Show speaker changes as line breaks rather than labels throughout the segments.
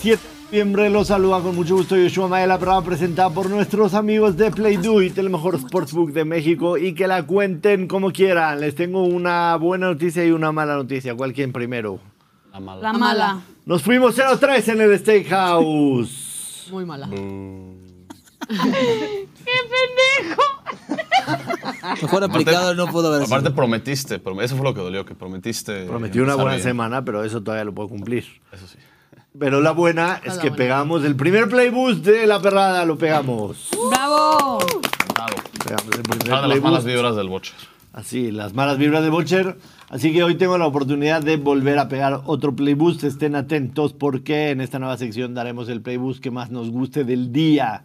7 de septiembre los saluda con mucho gusto Yoshua Maela Prada, presentada por nuestros amigos de Play Do It, el mejor sportsbook de México, y que la cuenten como quieran. Les tengo una buena noticia y una mala noticia. ¿Cuál quieren primero?
La mala.
La mala.
Nos fuimos 0-3 en el Steakhouse.
Muy mala.
Mejor aplicado no pudo haber
Aparte
sido.
prometiste, prom- eso fue lo que dolió, que prometiste.
Prometí una buena
Está bien,
semana, pero eso todavía lo puedo cumplir.
Eso sí.
Pero la buena es
la
que
buena.
pegamos el primer playboost de la perrada, lo pegamos.
¡Bravo!
Bravo.
Pegamos el primer
Una de las
playboost.
malas vibras del Bocher.
Así, las malas vibras de Bocher. Así que hoy tengo la oportunidad de volver a pegar otro playboost. Estén atentos porque en esta nueva sección daremos el playboost que más nos guste del día.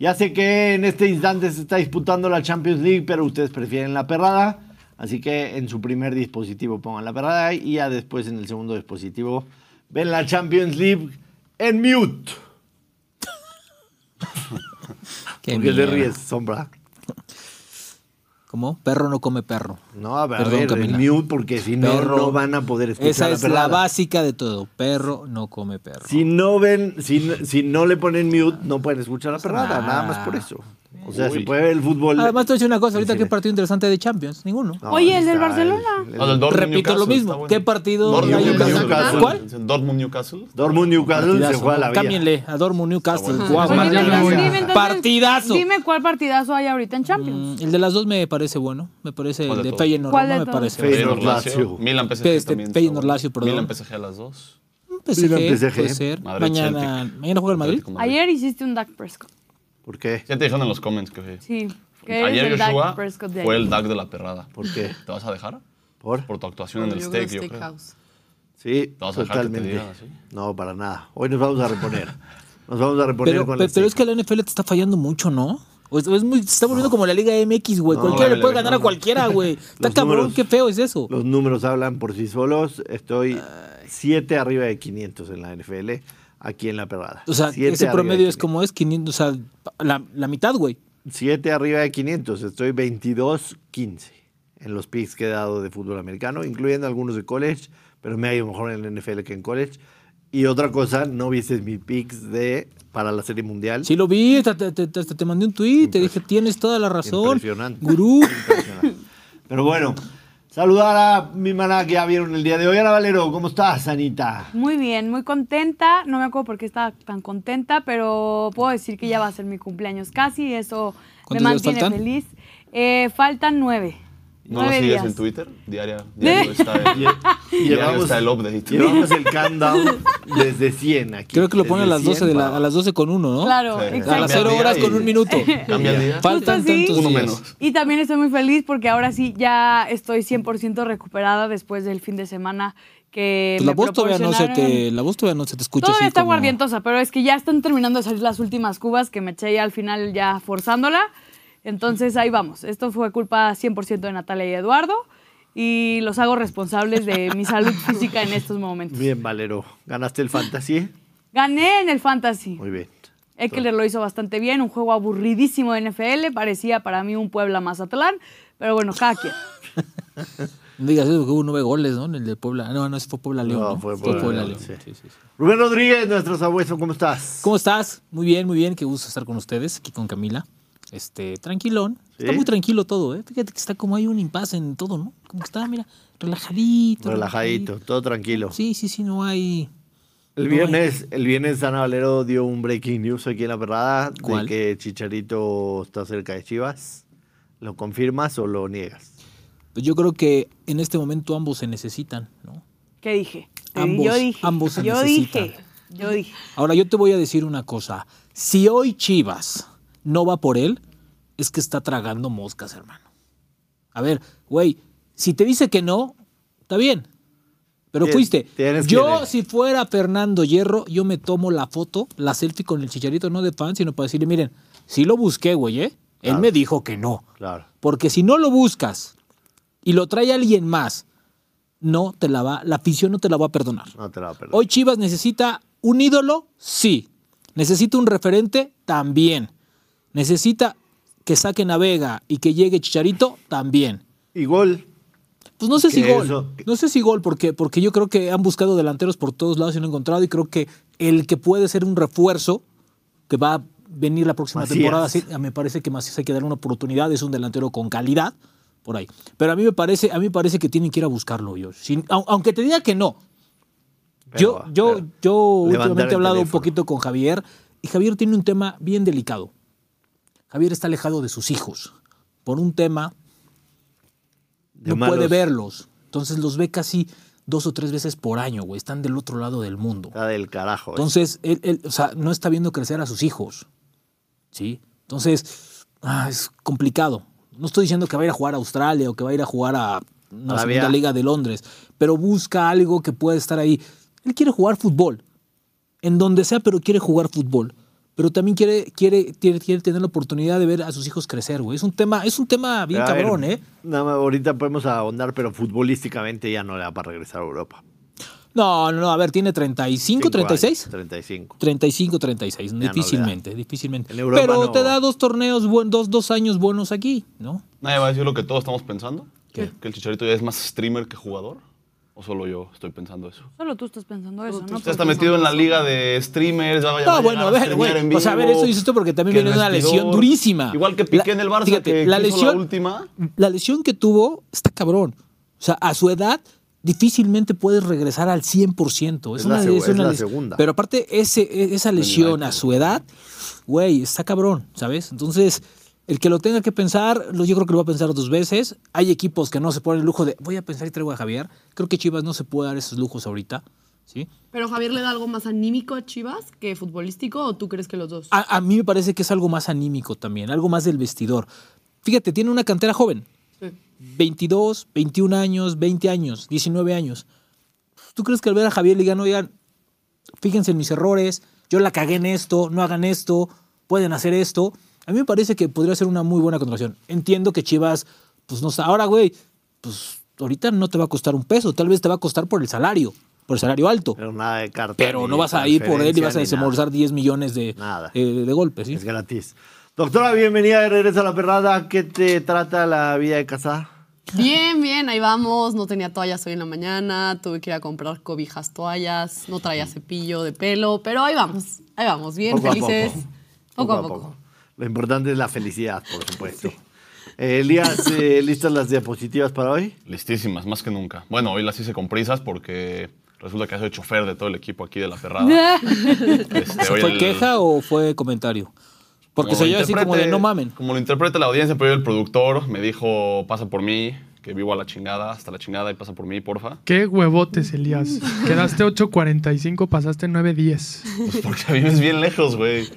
Ya sé que en este instante se está disputando la Champions League, pero ustedes prefieren la perrada. Así que en su primer dispositivo pongan la perrada y ya después en el segundo dispositivo ven la Champions League en mute.
Qué
porque te
mierda.
ríes, sombra.
¿Cómo? Perro no come perro.
No, a ver,
Perdón,
en
Camila.
mute porque si no,
Perro.
no van a poder escuchar
Esa
la
es la
perrada.
básica de todo. Perro no come perro.
Si no ven, si, si no le ponen mute, no pueden escuchar la perrada,
nada.
nada más por eso. O sea,
Ah. Uy.
se puede ver el fútbol.
Ah, Además, te voy a decir una cosa. Ahorita,
Sí,
¿qué
sí.
partido interesante de Champions? Ninguno.
No,
Oye,
ahí
el del
está
Barcelona.
el-
No, del Dortmund,
Repito lo
Newcastle,
mismo.
está bueno.
¿Qué partido
Dortmund,
hay en
Newcastle.
Newcastle? ¿Cuál?
Dortmund, Newcastle.
Dortmund Newcastle se
Partidazo.
juega la vida.
Cámbienle a Dortmund Newcastle.
Está
Guau,
Oye,
más
madre.
ya no
entonces,
voy a-
dime, entonces,
Partidazo.
Dime cuál partidazo hay ahorita en Champions.
Mm, El de las dos me parece bueno. Me parece
¿Cuál
el
de
de
todos?
Feyenoord.
¿Cuál
Roma,
de
me
todos?
parece.
Feyenoord,
Feyenoord, Lazio.
Lazio.
Milan, PSG
Este,
también. está
Feyenoord,
bueno.
Lazio, perdón.
Milan, PSG a las dos.
Un
Milan,
PSG,
PSG.
puede ser.
Madrid,
mañana,
Celtic.
mañana juega el Madrid.
Atlético
Ayer hiciste un Dak Prescott.
¿Por qué?
Ya te dijeron en los comments que
Sí. que eres
ayer
el Dak
Joshua
Prescott de
fue
ayer.
el DAC de la perrada.
¿Por qué?
¿Te vas a dejar?
¿Por?
Por tu actuación en el steak, yo creo.
Sí,
¿Te vas a dejar que te
totalmente.
digan así?
No, para nada. Hoy nos vamos a reponer. Nos vamos a reponer
Pero,
con
pe-
la
pero es
Azteca.
que la NFL te está fallando mucho, ¿no? O es, o es muy, se está volviendo como la Liga MX, güey.
No,
cualquiera
la
le puede
Liga
ganar a
MX.
cualquiera, güey. Está
Los
cabrón,
números.
qué feo es eso.
Los números hablan por sí solos. Estoy 7 arriba de 500 en la NFL, aquí en la perrada.
O sea,
Siete
ese
arriba de
promedio
500.
es como es 500, o sea, pa- la, la mitad, güey.
7 arriba de 500, estoy 22-15 en los picks que he dado de fútbol americano, incluyendo algunos de college, pero me ha ido mejor en el NFL que en college. Y otra cosa, no viste mis picks de, para la Serie Mundial.
Sí lo vi, hasta te, te- te- hasta te mandé un tweet, te dije, tienes toda la razón.
Impresionante.
Gurú.
Impresionante. Pero bueno, saludar a mi maná que ya vieron el día de hoy. Ana Valero, ¿cómo estás, Anita?
Muy bien, muy contenta. No me acuerdo por qué estaba tan contenta, pero puedo decir que ya va a ser mi cumpleaños casi y eso me
¿Cuántos días
mantiene
faltan?
feliz. Eh, faltan nueve.
¿No lo
Nueve
sigues
días.
en Twitter? Diaria, diario está el, diario está el update.
llevamos el countdown desde 100 aquí.
Creo que lo ponen a
desde
las 12
100
de la,
para-
a las 12 con uno, ¿no?
Claro,
Sí.
A
exacto.
las
Cambia el
0
día
horas con
y-
un minuto.
Cambia el día.
Faltan
Justo así.
tantos
Uno
días.
menos.
Y también estoy muy feliz porque ahora sí ya estoy 100% recuperada después del fin de semana que
Pues la
me
voz todavía no se te,
proporcionaron.
la voz todavía no se te escucha
Todavía
así
está
como-
guardientosa, pero es que ya están terminando de salir las últimas cubas que me eché ya al final ya forzándola. Entonces ahí vamos. Esto fue culpa 100% de Natalia y Eduardo y los hago responsables de mi salud física en estos momentos.
Bien, Valero. ¿Ganaste el fantasy?
Gané en el fantasy.
Muy bien.
Eckler lo hizo bastante bien, un juego aburridísimo de NFL, parecía para mí un Puebla Mazatlán, pero bueno, cada quien.
No digas eso, que hubo nueve goles, ¿no? En el de Puebla. Ah, No, no, ese fue Puebla León.
No,
No,
fue
Sí,
Puebla León,
León.
sí.
Sí, sí, sí.
Rubén Rodríguez, nuestro sabueso, ¿cómo estás?
¿Cómo estás? Muy bien, muy bien. Qué gusto estar con ustedes, aquí con Camila. Este, tranquilón. Está
Sí.
muy tranquilo todo, ¿eh? Fíjate que está como hay un impasse en todo, ¿no? Como que está, mira, relajadito.
Relajadito, todo tranquilo.
Sí, sí, sí, no hay.
El
no
viernes, el viernes Ana Valero dio un breaking news aquí en la perrada de
¿Cuál?
que Chicharito está cerca de Chivas. ¿Lo confirmas o lo niegas?
hay- Yo creo que en este momento ambos se necesitan, ¿no?
¿Qué dije? Te di-
Ambos-
yo dije.
ambos se
yo
necesitan.
dije. Yo dije.
Ahora yo te voy a decir una cosa. Si hoy Chivas no va por él, es que está tragando moscas, hermano. A ver, güey, si te dice que no, está bien. Pero
Tien-
fuiste.
tienes
Yo,
que-
si fuera Fernando Hierro, yo me tomo la foto, la selfie con el chicharito, no de fan, sino para decirle, miren, si lo busqué, güey, ¿eh? Él me dijo que no.
Claro.
Porque si no lo buscas y lo trae alguien más, no te la va, la afición no te la va a perdonar.
No te la va a perder.
Hoy Chivas necesita un ídolo, sí. Necesita un referente, también. Necesita que saquen a Vega y que llegue Chicharito, también.
Y gol.
Pues no sé si
Que
gol.
eso-
No sé si gol, porque, porque yo creo que han buscado delanteros por todos lados y no han encontrado. Y creo que el que puede ser un refuerzo que va a venir la próxima
Macías.
temporada, sí, me parece que Macías hay que darle una oportunidad. Es un delantero con calidad por ahí. Pero a mí me parece, a mí me parece que tienen que ir a buscarlo, yo. Sin- au- aunque te diga que no. Yo,
Pero-
yo,
pero-
yo
levantar
últimamente he
el
hablado un
teléfono.
poquito con Javier y Javier tiene un tema bien delicado. Javier está alejado de sus hijos por un tema
de
no
malos.
puede verlos. Entonces los ve casi dos o tres veces por año, güey. Están del otro lado del mundo.
Está del carajo. eh.
Entonces, él, él, o sea, no está viendo crecer a sus hijos. ¿Sí? Entonces, ah, es complicado. No estoy diciendo que va a ir a jugar a Australia o que va a ir a jugar a una
Arabia.
segunda liga de Londres, pero busca algo que pueda estar ahí. Él quiere jugar fútbol. En donde sea, pero quiere jugar fútbol. Pero también quiere, quiere, quiere, quiere tener la oportunidad de ver a sus hijos crecer, güey. Es un tema, es un tema bien
Pero a ver,
cabrón, ¿eh?
Nada más ahorita podemos ahondar, pero futbolísticamente ya no le da para regresar a Europa.
No, no, no, a ver, tiene 35,
Cinco
36.
años, 35.
35, 36,
le da.
difícilmente, difícilmente.
En Europa
Pero
no.
te da dos torneos, buen, dos, dos años buenos aquí, ¿no?
Nadie va a decir lo que todos estamos pensando.
¿Qué?
Que el Chicharito ya es más streamer que jugador. ¿O solo yo estoy pensando eso?
Solo tú estás pensando eso, ¿no?
Usted está metido en la liga de streamers. ya va- ya va
No, bueno, a
llegar
ver,
streamear en
güey. O sea, a ver,
vivo,
eso dices tú porque también
que
viene
no es
una lesión
tirador.
durísima.
Igual que Piqué
La-
en el Barça,
fíjate,
que
la
hizo
lesión,
la última.
La lesión que tuvo está cabrón. O sea, a su edad difícilmente puedes regresar al 100%. Es,
Es
una,
la seg-
es una
es la
les-
segunda.
Pero aparte, ese, e- esa lesión a su edad, güey, está cabrón, ¿sabes? Entonces, el que lo tenga que pensar, lo- yo creo que lo va a pensar dos veces. Hay equipos que no se ponen el lujo de, voy a pensar y traigo a Javier. Creo que Chivas no se puede dar esos lujos ahorita, ¿sí?
Pero Javier le da algo más anímico a Chivas que futbolístico, o tú crees que los
Ah.
dos?
A, a mí me parece que es algo más anímico también, algo más del vestidor. Fíjate, tiene una cantera joven.
Sí.
22, 21 años, 20 años, 19 años. ¿Tú crees que al ver a Javier le digan, oigan, fíjense en mis errores, yo la cagué en esto, no hagan esto, pueden hacer esto? A mí me parece que podría ser una muy buena contratación. Entiendo que Chivas, pues no sé, ahora güey, pues ahorita no te va a costar un peso, tal vez te va a costar por el salario, por el salario alto.
Pero nada de carta.
Pero
ni
no vas a ir por él y vas a
transferencia, ni nada.
desembolsar 10 millones de,
Nada.
eh, de golpes. ¿sí?
Es gratis. Doctora, bienvenida de regreso a la perrada. ¿Qué te trata la vida de casada?
Bien, bien, ahí vamos. No tenía toallas hoy en la mañana, tuve que ir a comprar cobijas, toallas, no traía cepillo de pelo, pero ahí vamos, ahí vamos, bien,
Poco a
felices.
poco.
Poco, a poco.
Lo importante es la felicidad, por supuesto. Eh, Elías, eh, ¿listas las diapositivas para hoy?
Listísimas, más que nunca. Bueno, hoy las hice con prisas porque resulta que soy chofer de todo el equipo aquí de la Ferrada. Este,
¿Se
hoy
¿Fue
el-
queja o fue comentario? Porque
como
se
lo
oyó así como de
interprete-
no mamen.
Como lo interpreta la audiencia, pero el productor me dijo, pasa por mí, que vivo a la chingada, hasta la chingada y pasa por mí, porfa.
Qué huevotes, Elías. Quedaste 8.45, pasaste 9.10.
Pues porque vives bien lejos, güey.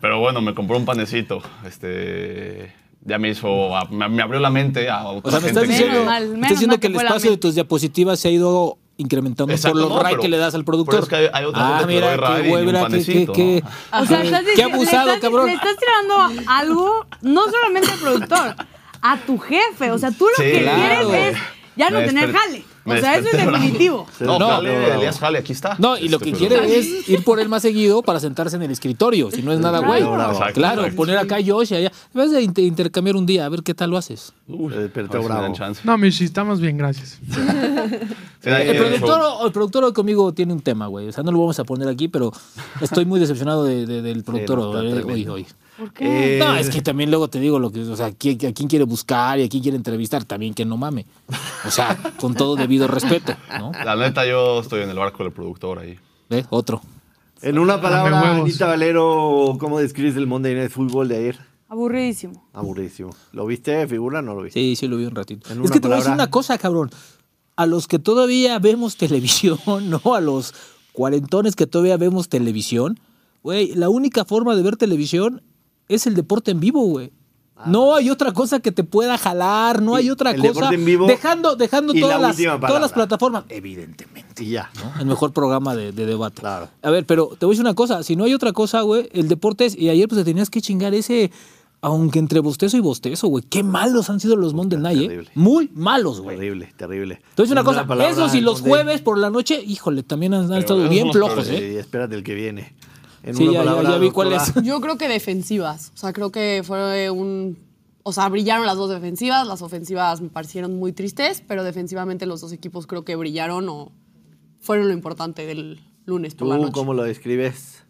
Pero bueno, me compró un panecito. Este. Ya me hizo. a- me, me abrió la mente a otra
O sea, me estás
gente
Menos
que-
diciendo,
mal,
me estás
menos
diciendo
mal
que
que
el
fue la
espacio de
mente.
tus diapositivas se ha ido incrementando
Exacto,
por los
no,
ray
pero-
que le das al
pero es
productor.
que hay- hay otras
ah,
veces que
mira,
doy ray
qué
y un
güey, qué, qué,
panecito,
qué,
O sea, estás
qué
diciendo-
abusado,
le estás,
cabrón.
Le estás tirando algo, no solamente al productor, a tu jefe. O sea, tú lo
Sí,
que
claro.
quieres es ya no
Me
tener
desper-
jale. O
me
sea, eso es
desperté bravo.
definitivo.
No,
No,
jale,
no, no.
Elías Jale, aquí está.
No, y lo
Este,
que
pero-
quiere es ir por él más seguido para sentarse en el escritorio, si no es nada güey.
Bravo, bravo.
Claro,
Exacto.
poner acá Yoshi allá. Vas a inter- intercambiar un día, a ver qué tal lo haces.
Uy,
Se despertó
a ver si me dan
bravo.
chance.
No, Mishi, estamos bien, gracias.
Sí, hay
Eh, El
que-
productor, el productor hoy conmigo tiene un tema, güey. O sea, no lo vamos a poner aquí, pero estoy muy decepcionado de- de- del productor
no, está
hoy- hoy,
tremendo.
hoy.
¿Por qué?
Eh,
No, es que también luego te digo lo que, o sea, qui- a quién quiere buscar y a quién quiere entrevistar, también que no mame. O sea, con todo debido respeto, ¿no?
La neta, yo estoy en el barco del productor ahí.
¿Ve? Otro.
En una
Dame
palabra,
huevos.
Anita Valero, ¿cómo describes el Monday Night Football de ayer?
Aburridísimo.
Aburrísimo. ¿Lo viste, figura? No lo viste.
Sí, sí, lo vi un ratito.
En
Es
una
que te voy a decir
palabra.
una cosa, cabrón. A los que todavía vemos televisión, ¿no? A los cuarentones que todavía vemos televisión, güey, la única forma de ver televisión es el deporte en vivo, güey. No hay otra cosa que te pueda jalar, no
Ah, pues. Y
hay otra
el
cosa.
deporte en vivo
dejando dejando
y la
todas, las,
última
todas las
palabra.
plataformas. Evidentemente.
Y ya.
¿no? El mejor programa de, de debate.
Claro.
A ver, pero te voy a decir una cosa. Si no hay otra cosa, güey, el deporte es... Y ayer pues te tenías que chingar ese... Aunque entre bostezo y bostezo, güey. Qué malos han sido los Monday Night,
terrible.
¿eh? Muy malos, güey.
Terrible, terrible.
Entonces una cosa,
palabra,
esos y
el
los
Monday-
jueves por la noche, híjole, también han, han
Pero
estado
esos
bien
son los
flojos,
peores,
¿eh?
Sí, espérate el que viene. En
Sí,
una
ya- ya-
palabra,
ya vi cuál
doctora,
es.
Yo creo que defensivas. O sea, creo que fue un O sea, brillaron las dos defensivas. Las ofensivas me parecieron muy tristes, pero defensivamente los dos equipos creo que brillaron o fueron lo importante del lunes por la
¿Tú
noche.
cómo lo describes?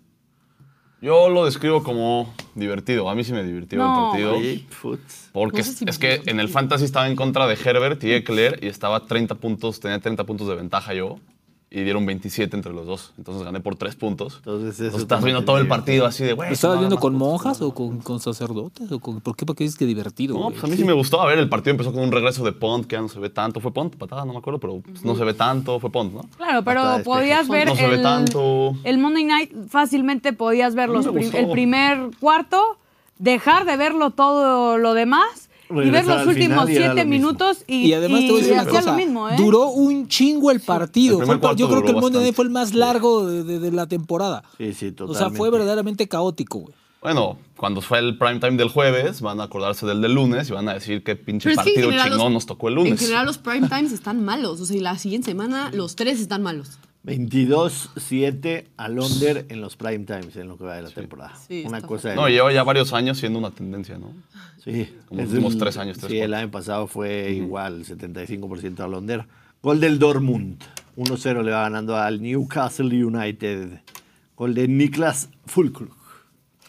Yo lo describo como divertido. A mí sí me divirtió
No.
el partido.
Sí, putz.
Porque
No sé si
es que en el fantasy estaba en contra de Herbert y Eckler y estaba 30 puntos, tenía 30 puntos de ventaja yo y dieron 27 entre los dos. Entonces gané por 3 puntos.
Entonces, eso
Entonces,
también
estás viendo
es
todo el
divertido.
partido así de, güey.
¿Lo estabas
no,
viendo
nada
con
más puntos,
monjas
no,
o con, con sacerdotes? ¿O con, ¿Por qué? Porque dices que divertido.
No,
güey?
pues a mí sí me gustó. A ver, el partido empezó con un regreso de Pont, que ya no se ve tanto. ¿Fue Pont? Patada, no me acuerdo, pero pues, no se ve tanto. Fue Pont, ¿no?
Claro,
Patada
pero
de
podías ver
No se ve
el,
tanto.
el Monday Night, fácilmente podías ver
A mí
los
me
prim-
gustó.
el primer cuarto, dejar de verlo todo lo demás y ver
Regresar
los
al
últimos
final y era
siete
lo mismo.
minutos y,
Y además te voy a decir
y
una
hacía
cosa.
lo mismo, ¿eh?
Duró un chingo el partido.
El primer
Fue el par- yo
cuarto
creo que el
duró
Monday Night
bastante.
fue el más largo de, de- de la temporada.
Sí, sí,
O sea, fue
totalmente.
verdaderamente caótico, güey.
Bueno, cuando fue el prime time del jueves, van a acordarse del del lunes y van a decir qué pinche
Pero es que en
partido
general
chingón
los-
nos tocó el
En
lunes.
general los prime times están malos. O sea, y la siguiente semana los tres están malos.
22-7 al under en los prime times en lo que va de la temporada.
Sí,
Una
está
cosa de-
No, lleva ya varios años siendo una tendencia, ¿no?
Sí,
Como
es
últimos
el-
tres años, tres,
sí, el
cuatro.
año pasado fue igual, 75% al under. Gol del Dortmund. 1-0 le va ganando al Newcastle United. Gol de Niklas Fulkrug.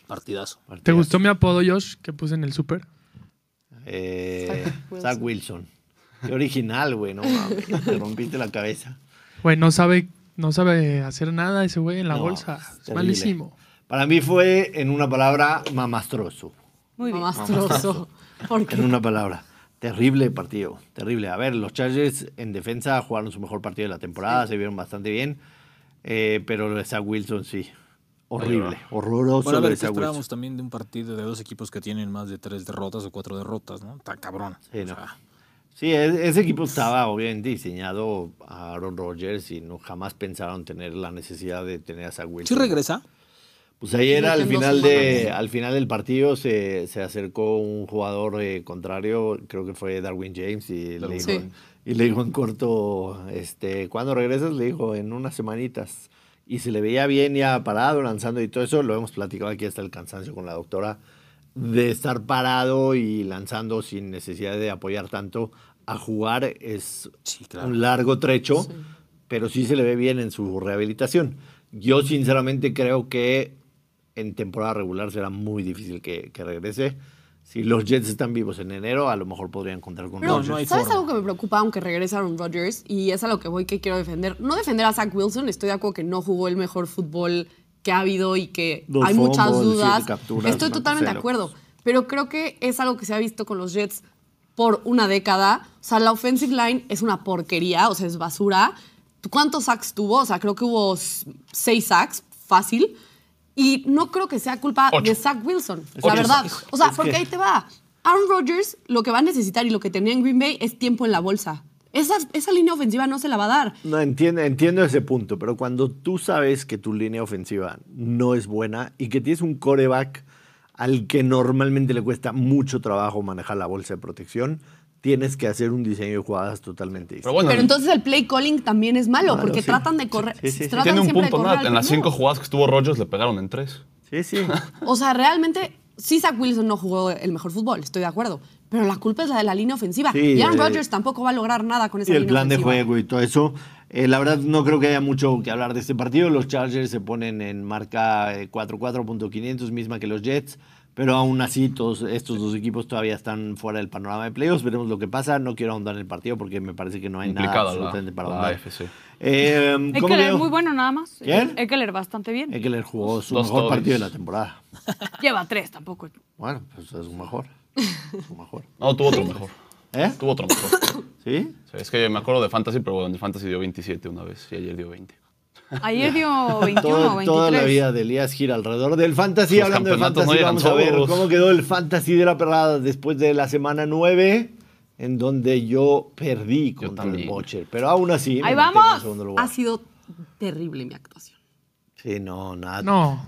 Partidazo.
¿Te gustó mi apodo, Josh, que puse en el súper?
Eh, Zach Wilson. Qué original, güey, no mames. Te rompiste la cabeza.
Güey, no sabe, no sabe hacer nada ese güey en la
No,
bolsa.
es
Es
terrible.
malísimo.
Para mí fue, en una palabra, mamastroso.
Muy bien.
Mamastroso.
En
Porque
una palabra. Terrible partido, terrible. A ver, los Chargers en defensa jugaron su mejor partido de la temporada, se vieron bastante bien, eh, pero lo de Zach Wilson sí. Horrible, horroroso
Bueno, a
lo
ver,
de
que
Zach Wilson.
esperábamos también de un partido de dos equipos que tienen más de tres derrotas o cuatro derrotas, ¿no? Tan cabrón.
Sí,
O
no.
sea,
Sí, e- ese equipo estaba obviamente diseñado a Aaron Rodgers y no jamás pensaron tener la necesidad de tener a Zach
¿Sí
Wilson.
regresa?
Pues ayer
Creo que
al
en
final,
dos
de, al final del partido se, se acercó un jugador eh, contrario, creo que fue Darwin James, y le, dijo,
James. Sí.
y le dijo en corto, este, cuando regresas? Le dijo, en unas semanitas. Y se le veía bien ya parado, lanzando y todo eso, lo hemos platicado aquí hasta el cansancio con la doctora, de estar parado y lanzando sin necesidad de apoyar tanto a jugar es
Sí, claro.
un largo trecho, pero sí se le ve bien en su rehabilitación. Yo sinceramente creo que en temporada regular será muy difícil que, que regrese. Si los Jets están vivos en enero, a lo mejor podrían contar con
Pero,
No, no hay
¿sabes
forma.
algo que me preocupa aunque regresaron Rodgers? Y es a lo que voy que quiero defender. No defender a Zach Wilson, estoy de acuerdo que no jugó el mejor fútbol que ha habido y que
Dos
hay muchas
fumbles,
dudas.
siete capturas,
estoy
una
totalmente
cosa
de
de
acuerdo.
locos.
Pero creo que es algo que se ha visto con los Jets por una década. O sea, la offensive line es una porquería, o sea, es basura. ¿Cuántos sacks tuvo? O sea, creo que hubo s- seis sacks, fácil. Y no creo que sea culpa
Ocho.
de Zach Wilson, la
Ocho
verdad.
sacks.
O sea,
Es
porque
que-
ahí te va. Aaron Rodgers lo que va a necesitar y lo que tenía en Green Bay es tiempo en la bolsa. Esa, esa línea ofensiva no se la va a dar.
No, entiendo, entiendo ese punto, pero cuando tú sabes que tu línea ofensiva no es buena y que tienes un coreback al que normalmente le cuesta mucho trabajo manejar la bolsa de protección, tienes que hacer un diseño de jugadas totalmente
Pero
distinto.
bueno,
Pero entonces el play calling también es malo,
Malo,
porque
sí.
tratan de correr.
Sí, sí, sí.
tratan
tiene un
siempre de
punto,
correr
Nat.
al
En las
primero.
cinco jugadas que estuvo Rogers le pegaron en tres.
Sí, sí.
O sea, realmente, sí, Zach Wilson no jugó el mejor fútbol, estoy de acuerdo. Pero la culpa es la de la línea ofensiva.
Sí,
y Aaron
eh,
Rodgers tampoco va a lograr nada
Pues
con esa
Y el
línea
plan de
ofensiva.
juego y todo eso. Eh, la verdad, no creo que haya mucho que hablar de este partido. Los Chargers se ponen en marca eh, 44.500, misma que los Jets. Pero aún así, todos estos dos equipos todavía están fuera del panorama de playoffs. Veremos lo que pasa. No quiero ahondar en el partido porque me parece que no hay nada
Complicada la-
absolutamente para
la
ahondar.
AFC.
Eh, ¿Cómo
Eckler
veo?
muy bueno nada más.
¿Quién?
Eckler bastante bien.
Eckler jugó su
Dos
mejor
toques.
partido de la temporada.
Lleva tres tampoco.
Bueno, pues es su mejor. Su mejor.
No, tuvo otro mejor.
¿Eh?
Tuvo otro mejor.
¿Sí?
O sea, es que me acuerdo de Fantasy, pero bueno, en Fantasy dio 27 una vez y ayer dio 20.
Ayer dio 21 o
Todo-
23.
toda la vida de Elías gira alrededor del fantasy.
Los
Hablando de
campeonatos
fantasy,
no llegan
vamos a ver
solos.
cómo quedó el fantasy de la perrada después de la semana 9, en donde yo perdí contra el
también.
Bocher. Pero aún así, me
¡Ahí
mantengo en
vamos!
segundo lugar.
Ha sido terrible mi actuación.
Sí, no, nada.
No.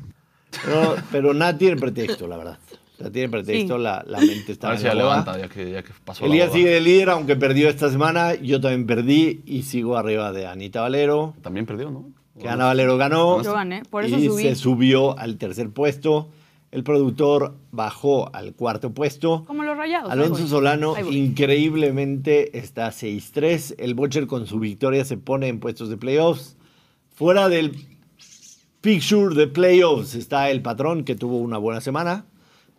Pero, pero nada tiene pretexto, la verdad. O sea, tiene pretexto,
Sí.
la, la mente
A
está
ver si
en
ya
la boda.
levanta, ya que, ya que pasó la
Elías
boda.
sigue de líder, aunque perdió esta semana. Yo también perdí y sigo arriba de Anita Valero.
También perdió, ¿no?
Que Ana Valero ganó.
Yo gané, por eso
y
subí.
se subió al tercer puesto. El productor bajó al cuarto puesto.
Como los rayados. ahí
Alonso
voy.
Solano
Ahí voy.
increíblemente está a 6-3. El Bocher con su victoria se pone en puestos de playoffs. Fuera del picture de playoffs está el patrón que tuvo una buena semana.